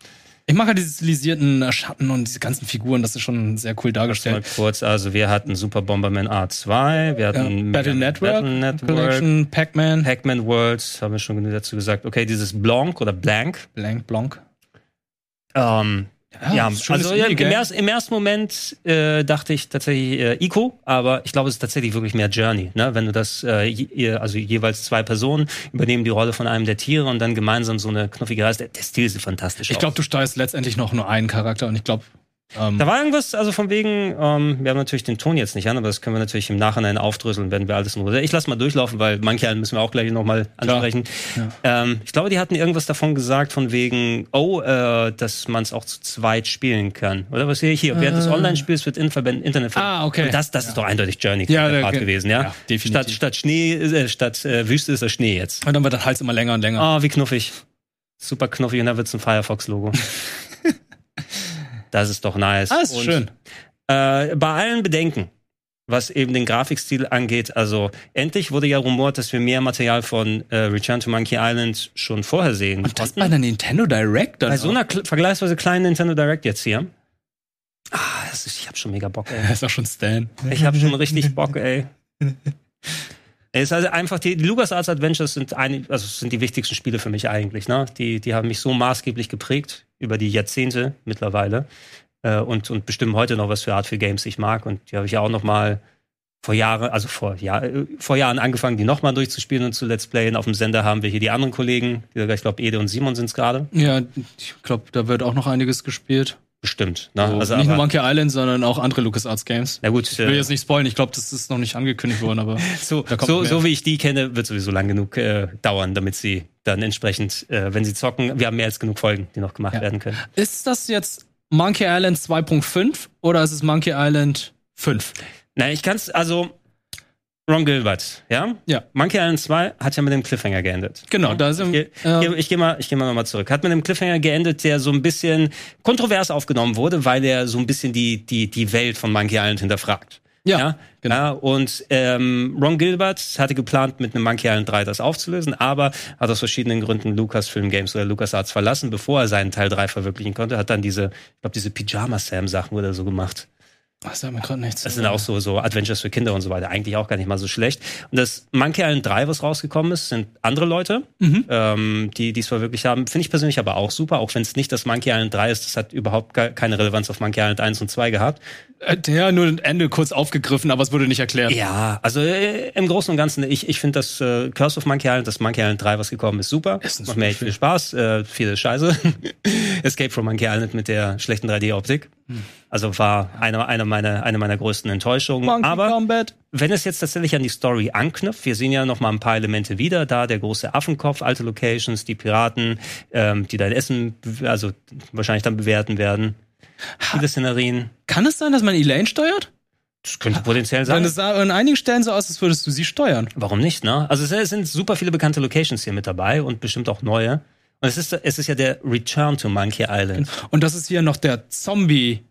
Ich mag halt diese stilisierten äh, Schatten und diese ganzen Figuren, das ist schon sehr cool
Mal
dargestellt.
kurz, also wir hatten Super Bomberman R2, wir
Ja,
hatten
Battle Network,
Battle Network
Collection, Pac-Man,
Pac-Man Worlds, haben wir schon genug dazu gesagt. Okay, dieses Blanc oder Blank.
Blank, Blank.
Ähm, ja,
das ist ein
also
schönes
ja, im,
Indie-Game.
ersten, im ersten Moment äh, dachte ich tatsächlich äh, Ico, aber ich glaube, es ist tatsächlich wirklich mehr Journey. Ne? Wenn du das, äh, je, ihr- also jeweils zwei Personen übernehmen die Rolle von einem der Tiere und dann gemeinsam so eine knuffige Reise. Der, der Stil sieht fantastisch
Ich
aus.
glaube, du steuerst letztendlich noch nur einen Charakter und ich glaube, ähm,
Da war irgendwas, also von wegen, ähm, wir haben natürlich den Ton jetzt nicht an, aber das können wir natürlich im Nachhinein aufdröseln, wenn wir alles in Ruhe. Ich lasse mal durchlaufen, weil manche müssen wir auch gleich nochmal ansprechen. Ähm, ich glaube, die hatten irgendwas davon gesagt, von wegen, oh, äh, dass man es auch zu zweit spielen kann. Oder was sehe ich hier? Während des Online-Spiels wird in Verbänden Internet
Äh. Ah, okay.
Und das, das ist doch eindeutig Journey
Ja,
der
ja,
Part
okay.
gewesen, ja?
Ja, definitiv.
Statt, statt Schnee, äh, statt äh, Wüste ist er Schnee jetzt.
und dann wird das Hals immer länger und länger.
Oh, wie knuffig. Super knuffig und da wird's ein Firefox-Logo. das ist doch nice.
Ah, ist
und
schön.
äh, bei allen Bedenken, was eben den Grafikstil angeht, also endlich wurde ja rumort, dass wir mehr Material von äh, Return to Monkey Island schon vorher sehen.
Und das
konnten.
bei einer Nintendo Direct dann
bei so
auch.
einer kle- vergleichsweise kleinen Nintendo Direct jetzt hier. Ah, das ist, ich hab schon mega Bock, ey.
Das ist auch schon Stan.
Ich hab schon richtig Bock, ey. Es ist also einfach, die, die LucasArts Adventures sind, eine, also sind die wichtigsten Spiele für mich eigentlich. Ne? Die, die haben mich so maßgeblich geprägt über die Jahrzehnte mittlerweile äh, und, und bestimmen heute noch, was für Art für Games ich mag. Und die habe ich ja auch noch mal vor Jahren, also vor, Jahr, äh, vor Jahren angefangen, die noch mal durchzuspielen und zu Let's Playen. Auf dem Sender haben wir hier die anderen Kollegen, die, ich glaube, Ede und Simon sind es gerade.
Ja, ich glaube, da wird auch noch einiges gespielt.
Bestimmt. Ne?
Also,
Also,
nicht nur
aber,
Monkey Island, sondern auch andere LucasArts Games.
na gut,
Ich will
äh,
jetzt nicht spoilen, ich glaube, das ist noch nicht angekündigt worden, aber
So,
da kommt
so,
mehr.
so wie ich die kenne, wird sowieso lang genug äh, dauern, damit sie dann entsprechend, äh, wenn sie zocken, wir haben mehr als genug Folgen, die noch gemacht
Ja.
werden können.
Ist das jetzt Monkey Island 2.5 oder ist es Monkey Island 5?
Nein, ich kann's, also Ron Gilbert, ja?
Ja.
Monkey Island 2 hat ja mit dem Cliffhanger geendet.
Genau, da sind
Ich,
ähm,
ich, ich gehe mal, ich geh mal nochmal zurück. Hat mit einem Cliffhanger geendet, der so ein bisschen kontrovers aufgenommen wurde, weil er so ein bisschen die, die, die Welt von Monkey Island hinterfragt.
Ja,
genau.
genau.
ja und ähm, Ron Gilbert hatte geplant, mit einem Monkey Island 3 das aufzulösen, aber hat aus verschiedenen Gründen Lucasfilm Games oder LucasArts verlassen, bevor er seinen Teil 3 verwirklichen konnte, hat dann diese, ich glaube, diese Pyjama-Sam-Sachen oder so gemacht.
Ach, sag mir gerade nichts.
Das sind auch so, so Adventures für Kinder und so weiter. Eigentlich auch gar nicht mal so schlecht. Und das Monkey Island 3, was rausgekommen ist, sind andere Leute, ähm, die die es verwirklicht haben. Finde ich persönlich aber auch super, auch wenn es nicht das Monkey Island 3 ist. Das hat überhaupt gar keine Relevanz auf Monkey Island 1 und 2 gehabt.
Äh, Ja, nur ein Ende kurz aufgegriffen, aber es wurde nicht erklärt.
Ja, also äh, im Großen und Ganzen, ich, ich finde das äh, Curse of Monkey Island, das Monkey Island 3, was gekommen ist, super.
Ist ein
Macht
super
mir echt viel Spaß. Äh, viele Scheiße. Escape from Monkey Island mit der schlechten 3D-Optik. Also war eine, eine, meiner, eine meiner größten Enttäuschungen. aber
Combat.
wenn es jetzt tatsächlich an die Story anknüpft, wir sehen ja noch mal ein paar Elemente wieder, da der große Affenkopf, alte Locations, die Piraten, ähm, die dein Essen, be- also wahrscheinlich dann bewerten werden. Viele Szenarien.
Kann es sein, dass man Elaine steuert?
Das könnte potenziell
Dann
sein.
es sah an einigen Stellen so aus, als würdest du sie steuern.
Warum nicht, ne? Also es- es sind super viele bekannte Locations hier mit dabei und bestimmt auch neue. Und es ist, es ist ja der Return to Monkey Island.
Und das ist hier noch der Zombie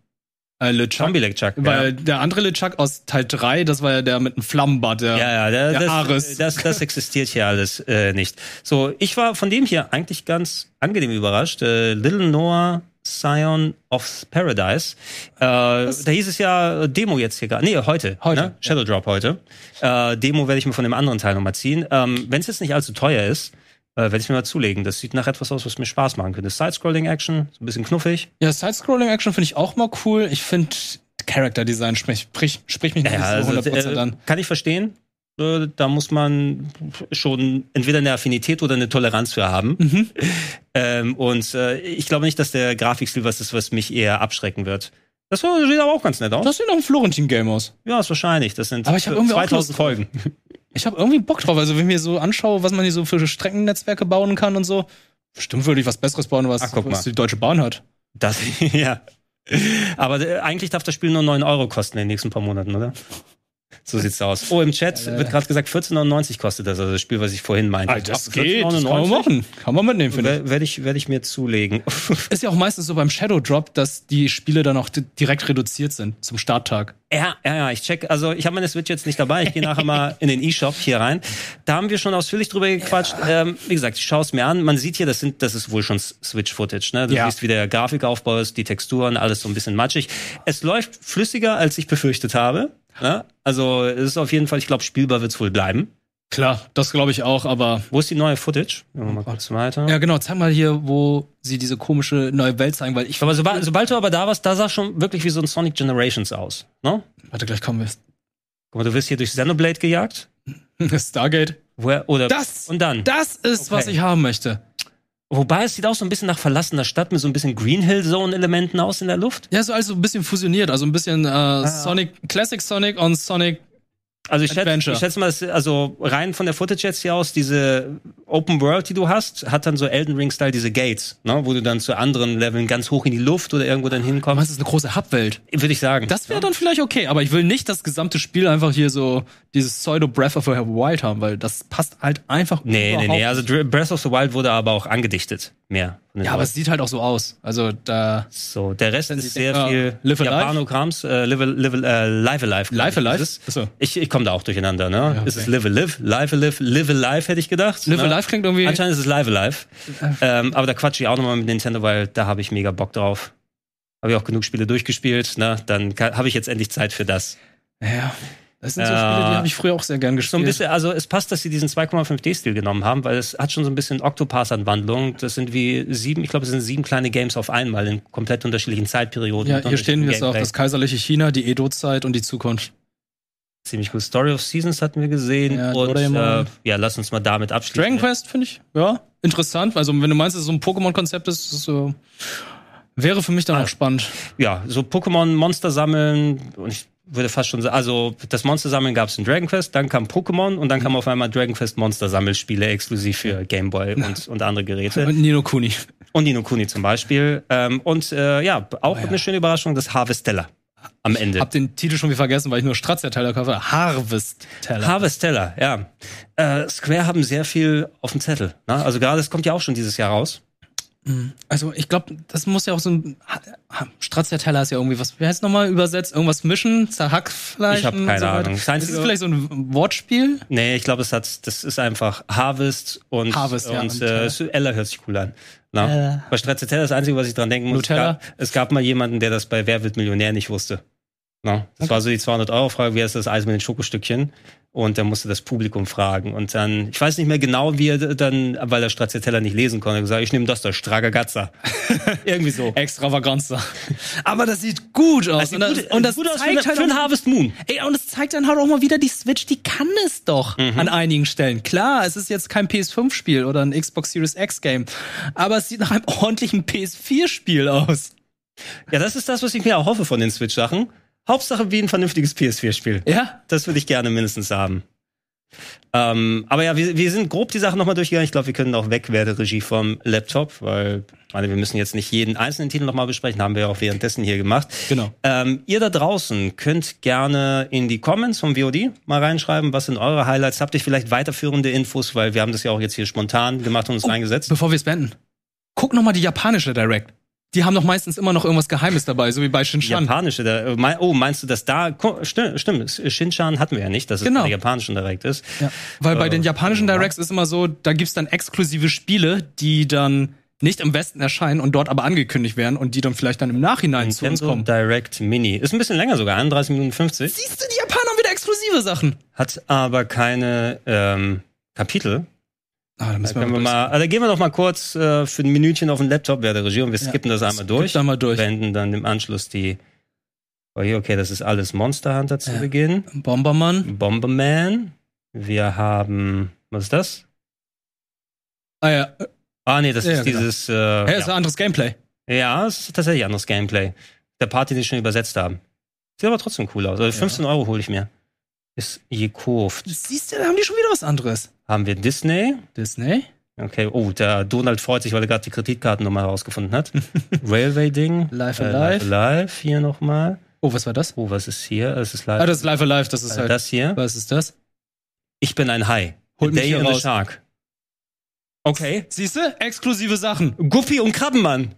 äh, LeChuck.
Zombie Chuck.
Weil
ja.
der andere LeChuck aus Teil 3, das war ja der mit dem Flammenbart. Der,
Ja, ja, da-
Der
das, äh,
Ares.
Das, das existiert hier alles äh, nicht. So, ich war von dem hier eigentlich ganz angenehm überrascht. Äh, Little Noah Scion of Paradise. Äh, da hieß es ja äh, Demo jetzt hier gerade. Nee, heute.
Heute,
Ne? Shadow Drop heute. Äh, Demo werde ich mir von dem anderen Teil nochmal ziehen. Ähm, Wenn es jetzt nicht allzu teuer ist, äh, werde ich mir mal zulegen. Das sieht nach etwas aus, was mir Spaß machen könnte. Side-Scrolling-Action, so ein bisschen knuffig.
Ja, Side-Scrolling-Action finde ich auch mal cool. Ich finde Character-Design sprich, sprich, sprich mich noch
Ja,
nicht so
also,
100%
äh,
an.
kann ich verstehen. Äh, Da muss man schon entweder eine Affinität oder eine Toleranz für haben.
Mhm.
Ähm, und äh, ich glaube nicht, dass der Grafikstil was ist, was mich eher abschrecken wird. Das sieht aber auch ganz nett aus.
Das sieht noch ein Florentin-Game aus.
ja, ist wahrscheinlich. Das sind
Aber ich hab irgendwie auch
2000
Lust drauf.
Folgen.
Ich habe irgendwie Bock drauf. Also, wenn ich mir so anschaue, was man hier so für Streckennetzwerke bauen kann und so, bestimmt würde ich was Besseres bauen, was,
Ach, guck
was
mal.
die Deutsche Bahn hat.
Das, ja. Aber äh, eigentlich darf das Spiel nur 9 Euro kosten in den nächsten paar Monaten, oder? So sieht's aus. Oh, im Chat wird gerade gesagt, 14,99 kostet das, also das Spiel, was ich vorhin meinte. Ab
Ah, Das kann man
14,99
machen. Kann man mitnehmen, finde ich.
wer- Werde ich, werd ich mir zulegen.
Ist ja auch meistens so beim Shadow Drop, dass die Spiele dann auch di- direkt reduziert sind zum Starttag.
Ja, ja, ja, ich check, also ich habe meine Switch jetzt nicht dabei, ich gehe nachher mal in den E-Shop hier rein. Da haben wir schon ausführlich drüber gequatscht. Ähm, wie gesagt, ich schaue es mir an. Man sieht hier, das sind, das ist wohl schon S- Switch-Footage. Ne? Du
Ja.
siehst, wie der Grafikaufbau ist, die Texturen, alles so ein bisschen matschig. Es läuft flüssiger, als ich befürchtet habe. Ne? Also es ist auf jeden Fall, ich glaube, spielbar wird's wohl bleiben.
Klar, das glaube ich auch, aber.
Wo ist die neue Footage? Gehen wir mal kurz weiter.
Ja, genau, zeig mal hier, wo sie diese komische neue Welt zeigen, weil ich.
Aber sobald, sobald du aber da warst, da sah schon wirklich wie so ein Sonic Generations aus. Ne?
Warte, gleich kommen
Guck mal, du wirst hier durch Xenoblade gejagt.
wir. Stargate.
Woher, oder
Das-
und dann.
Das ist, was
Okay.
ich haben möchte.
Wobei es sieht auch so ein bisschen nach verlassener Stadt mit so ein bisschen Green Hill Zone Elementen aus in der Luft.
Ja, so also ein bisschen fusioniert, also ein bisschen äh, Sonic, Classic Sonic und Sonic.
Also ich schätze,
Adventure.
ich schätze mal, dass, also rein von der Footage jetzt hier aus, diese Open World, die du hast, hat dann so Elden Ring Style diese Gates, ne, wo du dann zu anderen Leveln ganz hoch in die Luft oder irgendwo dann
Aber
hinkommst.
es ist eine große Hubwelt.
Würde ich sagen.
Das wäre dann vielleicht okay, aber ich will nicht das gesamte Spiel einfach hier so dieses Pseudo Breath of the Wild haben, weil das passt halt einfach
nee, nee,
überhaupt
nee. Also Dr- Breath of the Wild wurde aber auch angedichtet mehr. von den
Ja, aber
Leuten.
es sieht halt auch so aus. Also da
so der Rest ist sehr
äh,
viel
Live Alive?
Japanokrams, äh, live, live, äh, live alive. glaub
Live
ich,
Alive?
ist es.
Achso.
Ich, ich komme da auch durcheinander, ne?
Ja,
Ist es
okay.
live alive, live alive, live alive hätte ich gedacht.
Live
ne?
Alive klingt irgendwie-
Anscheinend ist es live alive. ähm, aber da quatsche ich auch nochmal mit Nintendo, weil da habe ich mega Bock drauf. Habe ich auch genug Spiele durchgespielt, ne? Dann kann- habe ich jetzt endlich Zeit für das.
ja, das sind so
Äh,
Spiele, die habe ich früher auch sehr gern gespielt.
So ein bisschen, also es passt, dass sie diesen 2,5D-Stil genommen haben, weil es hat schon so ein bisschen Octopath-Anwandlung. Das sind wie sieben, ich glaube, es sind sieben kleine Games auf einmal in komplett unterschiedlichen Zeitperioden.
ja,
mit
hier stehen wir jetzt
unterschiedlichem
auch das kaiserliche China, die Edo-Zeit und die Zukunft.
ziemlich gut. Story of Seasons hatten wir gesehen.
Ja,
und äh,
Doraemon.
ja, lass uns mal damit abschließen.
Dragon Quest finde ich ja interessant. Also wenn du meinst, dass es so ein Pokémon-Konzept ist, ist so, wäre für mich
Ah.
dann auch spannend.
ja, so Pokémon Monster sammeln und ich würde fast schon sagen, also das Monster sammeln gab es in Dragon Quest, dann kam Pokémon und dann kam
Mhm.
auf einmal Dragon Quest Monster Sammelspiele exklusiv für Game Boy und, und andere Geräte
Und Nino Kuni.
und Nino Kuni zum Beispiel ähm, und äh, ja auch eine schöne Überraschung das Harvestella am Ende.
Oh Hab den Titel schon wieder vergessen, weil ich nur Stratzer-Teller kaufe. Harvest-Teller.
Harvestella, ja. Äh, Square haben sehr viel auf dem Zettel. Ne? Also gerade, es kommt ja auch schon dieses Jahr raus.
also ich glaube, das muss ja auch so ein Ha- Ha- Stratzer-Teller ist ja irgendwie was. Wie heißt nochmal übersetzt? Irgendwas mischen, Zerhackfleisch.
Ich hab
und
keine
so weiter.
Ahnung.
Ist
Science-
das vielleicht so ein Wortspiel?
Nee, ich glaube, es hat, das ist einfach Harvest und,
Harvest, ja,
und
und, äh,
äh, so- Ella hört sich cool an. Na?
Ella.
Bei Stracciatella ist das Einzige, was ich dran denken muss.
Nutella?
Es gab, es gab mal jemanden, der das bei Wer wird Millionär nicht wusste. Na? Das war so die 200-Euro-Frage, wer ist das Eis mit den Schokostückchen? Und dann musste das Publikum fragen. Und dann, ich weiß nicht mehr genau, wie er d- dann, weil der Stracciatella nicht lesen konnte, gesagt, ich nehme das da, Stragagazza. Irgendwie so.
Extravaganza. Aber das sieht gut
Das
aus.
sieht
und das,
gut-
und das
gut aus für
zeigt
eine-
halt
für
auch
ein Harvest Moon.
Ey, und es zeigt dann halt auch mal wieder, die Switch, die kann es doch
Mhm.
an einigen Stellen. Klar, es ist jetzt kein PS5-Spiel oder ein Xbox Series X-Game, aber es sieht nach einem ordentlichen PS4-Spiel aus.
Ja, das ist das, was ich mir auch hoffe von den Switch-Sachen. Hauptsache wie ein vernünftiges PS4-Spiel.
Ja?
Das würde ich gerne mindestens haben. Ähm, aber ja, wir, wir sind grob die Sachen nochmal durchgegangen. Ich glaube, wir können auch weg, wer der Regie vom Laptop, weil ich meine, wir müssen jetzt nicht jeden einzelnen Titel nochmal besprechen, haben wir ja auch währenddessen hier gemacht.
Genau.
Ähm, ihr da draußen könnt gerne in die Comments vom VOD mal reinschreiben, was sind eure Highlights? Habt ihr vielleicht weiterführende Infos, weil wir haben das ja auch jetzt hier spontan gemacht und uns reingesetzt.
Oh, Bevor wir es beenden, guck noch mal die japanische Direct. Die haben doch meistens immer noch irgendwas Geheimes dabei, so wie bei Shinshan.
Japanische, da, äh, mein- oh, meinst du, dass da, ko- stimmt, stimmt Shinchan hatten wir ja nicht, dass es
Genau.
bei der japanischen direkt ist.
Ja. Weil bei
Äh,
den japanischen
ja.
Directs ist immer so, da gibt's dann exklusive Spiele, die dann nicht im Westen erscheinen und dort aber angekündigt werden und die dann vielleicht dann im Nachhinein zu uns
Nintendo
kommen.
Direct Mini. Ist ein bisschen länger sogar, 31 Minuten 50.
Siehst du, die Japaner haben wieder exklusive Sachen.
hat aber keine ähm, Kapitel.
Ah, da müssen
Können wir mal, also gehen wir noch mal kurz äh, für ein Minütchen auf den Laptop während der Regie und wir skippen das einmal
skippt
durch.
einmal durch.
Wenden dann im Anschluss die. Oh, hier, okay, das ist alles Monster Hunter zu Beginn.
Bomberman.
Bomberman. Wir haben. Was ist das?
Ah ja, äh,
Ah, nee, das
Ja,
ist
genau.
dieses. Äh, ja.
hey, ist ein anderes Gameplay.
Ja, es ist tatsächlich anderes Gameplay. Der Part, den sie schon übersetzt haben. Sieht aber trotzdem cool aus. Also 15 Euro hole ich mir. Ist gekauft.
Siehst du, da haben die schon wieder was anderes.
Haben wir Disney?
Disney?
Okay, oh, der Donald freut sich, weil er gerade die Kreditkartennummer herausgefunden hat. Äh, Railway-Ding.
Life
Live.
Alive.
Live, hier nochmal.
Oh, was war das?
Oh, was ist hier? Es ist live.
Ah, das ist Life Alive, das ist
Also
halt.
das hier.
Was ist das?
Ich bin ein Hai.
Holt mich
Day
hier
and the
raus.
Shark. Okay.
Siehst du? Exklusive Sachen.
Guppy und Krabbenmann.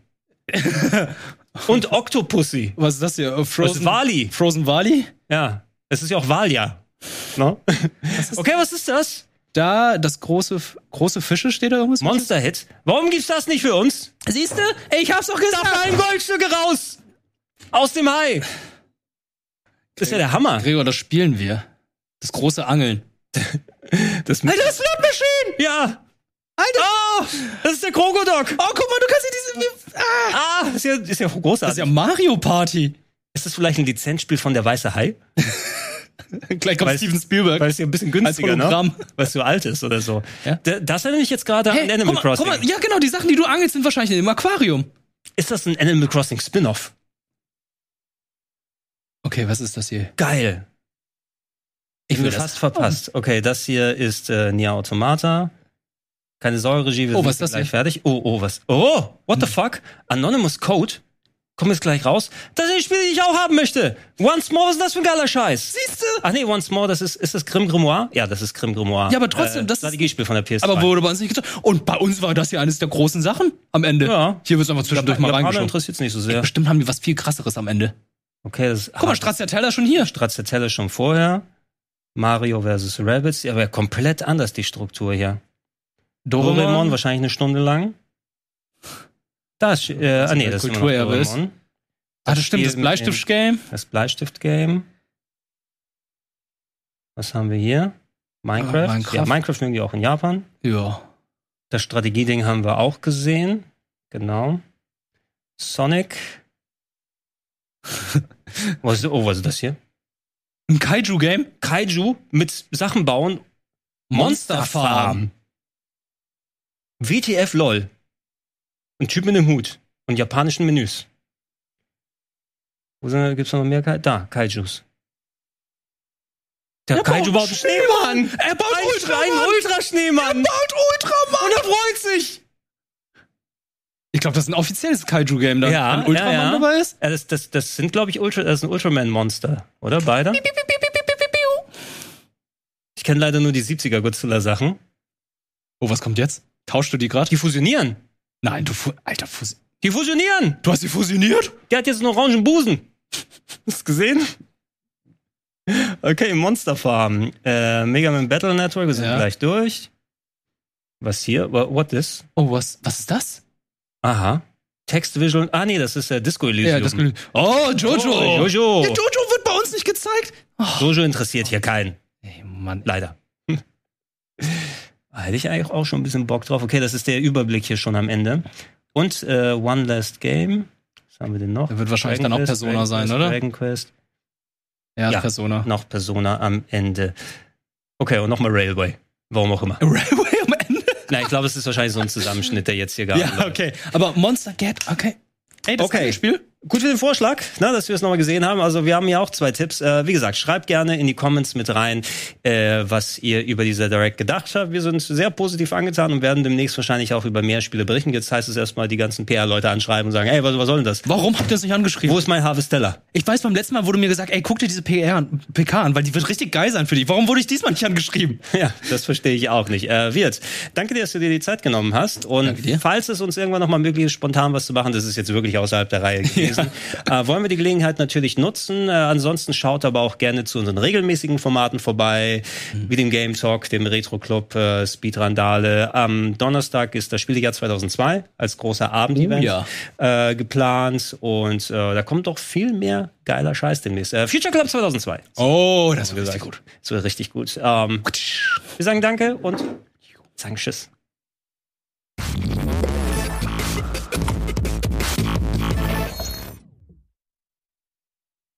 und Octopussy.
Was ist das hier? Äh, Frozen
Das ist Wally.
Frozen Valley?
Ja. Es ist ja auch Wahljahr. No? Okay, was ist das?
Da, das große, F- große Fische steht da irgendwas?
Monster Hit. Warum gibt's das nicht für uns?
Siehst du? Ich hab's doch gesagt.
Dein Goldstücke raus! Aus dem Hai! Das ist ja der Hammer.
Gregor, das spielen wir. Das große Angeln.
Das Alter, das Slot Machine! Ja! Alter! Oh, das ist der Krokodok!
Oh, guck mal, du kannst ja diese. Ah.
Ah, ist ja, ist ja
Das ist
großartig.
ja Mario Party.
ist das vielleicht ein Lizenzspiel von der Weiße Hai?
Gleich kommt
Weil-
Steven Spielberg.
Weil es ja ein bisschen günstiger,
Als
ne?
Hologramm.
Weil es so alt ist oder so.
Ja.
D- Das erinnert mich jetzt gerade an Animal
guck mal,
Crossing.
guck mal, ja, genau, die Sachen, die du angelst, sind wahrscheinlich im Aquarium.
Ist das ein Animal Crossing Spin-off?
Okay, was ist das hier?
Geil. Ich
will
bin
das
fast verpasst. Okay, das hier ist äh, Nia Automata. Keine Sorge, Regie, wir
Oh,
sind
was ist das Hm.
gleich
denn?
fertig. Oh, oh, was? Oh, what the fuck? Anonymous Code? Kommt jetzt gleich raus. Das sind die Spiele, die ich auch haben möchte. Once More, was ist das für ein geiler Scheiß?
Siehst du?
Ach nee, Once More, das ist, ist das Grimm Grimoire? Ja, das ist Grimm Grimoire.
Ja, aber trotzdem,
äh,
das ist-
Strategiespiel von der PS2.
Aber wurde bei uns nicht getan. Und bei uns war das ja eines der großen Sachen am Ende.
Ja.
Hier wird's einfach zwischendurch mal reingeschoben.
interessiert es nicht so sehr.
Bestimmt haben die was viel krasseres am Ende.
Okay, das
Guck mal, Stracciatella schon hier.
Stracciatella schon vorher. Mario vs. Rabbits, aber komplett anders die Struktur hier. Doraemon wahrscheinlich eine Stunde lang. Das, äh, ah nee, das ist immer noch
Kulturerbe ist.
Doraemon.
Ah, das stimmt, das
Spiel mit dem-
Bleistift-Game.
Das Bleistift-Game. Was haben wir hier? Minecraft.
Ah, Minecraft.
Ja, Minecraft mögen die auch in Japan.
Ja.
Das Strategieding haben wir auch gesehen. Genau. Sonic. was, ist- oh, was ist das hier?
Ein Kaiju-Game.
Kaiju mit Sachen bauen.
Monster Farm.
WTF LOL. Ein Typ mit einem Hut und japanischen Menüs. Wo sind, gibt's noch mehr Kai Da, Kaijus. Der Kaiju baut einen Schneemann.
Er baut
Ein
Ultraman.
Ultraschneemann. Ultraschneemann.
baut Ultraman. Und er freut sich. Ich glaube, das ist ein offizielles Kaiju-Game, da
Ja,
ein Ultraman
ja, ja.
dabei ist.
Ja, Äh, das, das, das sind, glaube ich, Ultra, das ist ein Ultraman-Monster, oder? Beide? Ich kenne leider nur die 70er Godzilla-Sachen.
Oh, was kommt jetzt? Tauschst du die gerade?
Die fusionieren.
Nein, du fu Alter, fus
Die fusionieren.
du hast sie fusioniert?
Der hat jetzt einen orangen Busen. Hast du gesehen? Okay, Monster Farm. Äh, Mega Man Battle Network, wir sind
Ja.
gleich durch. Was hier? Wha- What is?
Oh, was, was ist das?
Aha. Text Visual. Ah, nee, das ist äh, Disco Elysium.
Ja, das oh, Jojo.
Oh, Jojo.
Ja, Jojo wird bei uns nicht gezeigt.
Jojo interessiert hier keinen.
Ey, Mann.
Leider. Hm. Hätte ich eigentlich auch schon ein bisschen Bock drauf. Okay, das ist der Überblick hier schon am Ende. Und äh, One Last Game. Was haben wir denn noch?
Da wird wahrscheinlich dann auch
Quest,
Persona sein,
Quest,
oder?
Dragon Quest.
Ja,
Ja.
Persona.
noch Persona am Ende. Okay, und nochmal Railway. Warum auch immer.
Railway am Ende?
Nein, ich glaube, es ist wahrscheinlich so ein Zusammenschnitt, der jetzt hier gerade.
Ja, okay. Aber Monster Get, okay. Ey, das
Okay.
ist ein Spiel.
Gut für den Vorschlag, ne, dass wir es nochmal gesehen haben. Also wir haben ja auch zwei Tipps. Äh, wie gesagt, schreibt gerne in die Comments mit rein, äh, was ihr über diese Direct gedacht habt. Wir sind sehr positiv angetan und werden demnächst wahrscheinlich auch über mehr Spiele berichten. Jetzt heißt es erstmal, die ganzen PR-Leute anschreiben und sagen, ey, was, was soll denn das?
Warum habt ihr das nicht angeschrieben?
Wo ist mein Harvestella?
Ich weiß, beim letzten Mal wurde mir gesagt, ey, guck dir diese PR an, PK an, weil die wird richtig geil sein für dich. Warum wurde ich diesmal nicht angeschrieben?
Ja, das verstehe ich auch nicht. Äh, Wirt, danke dir, dass du dir die Zeit genommen hast. Und
Danke dir.
falls es uns irgendwann nochmal möglich ist, spontan was zu machen, das ist jetzt wirklich außerhalb der Reihe gewesen, äh, wollen wir die Gelegenheit natürlich nutzen. Äh, ansonsten schaut aber auch gerne zu unseren regelmäßigen Formaten vorbei,
Mhm.
wie dem Game Talk, dem Retro Club, äh, Speedrandale. Am Donnerstag ist das Spielejahr 2002 als großer Abendevent
Oh
äh, geplant. Und äh, da kommt doch viel mehr geiler Scheiß demnächst. Äh, Future Club 2002.
Oh, das wird richtig gut.
Das wäre richtig gut. Ähm, wir sagen Danke und sagen Tschüss.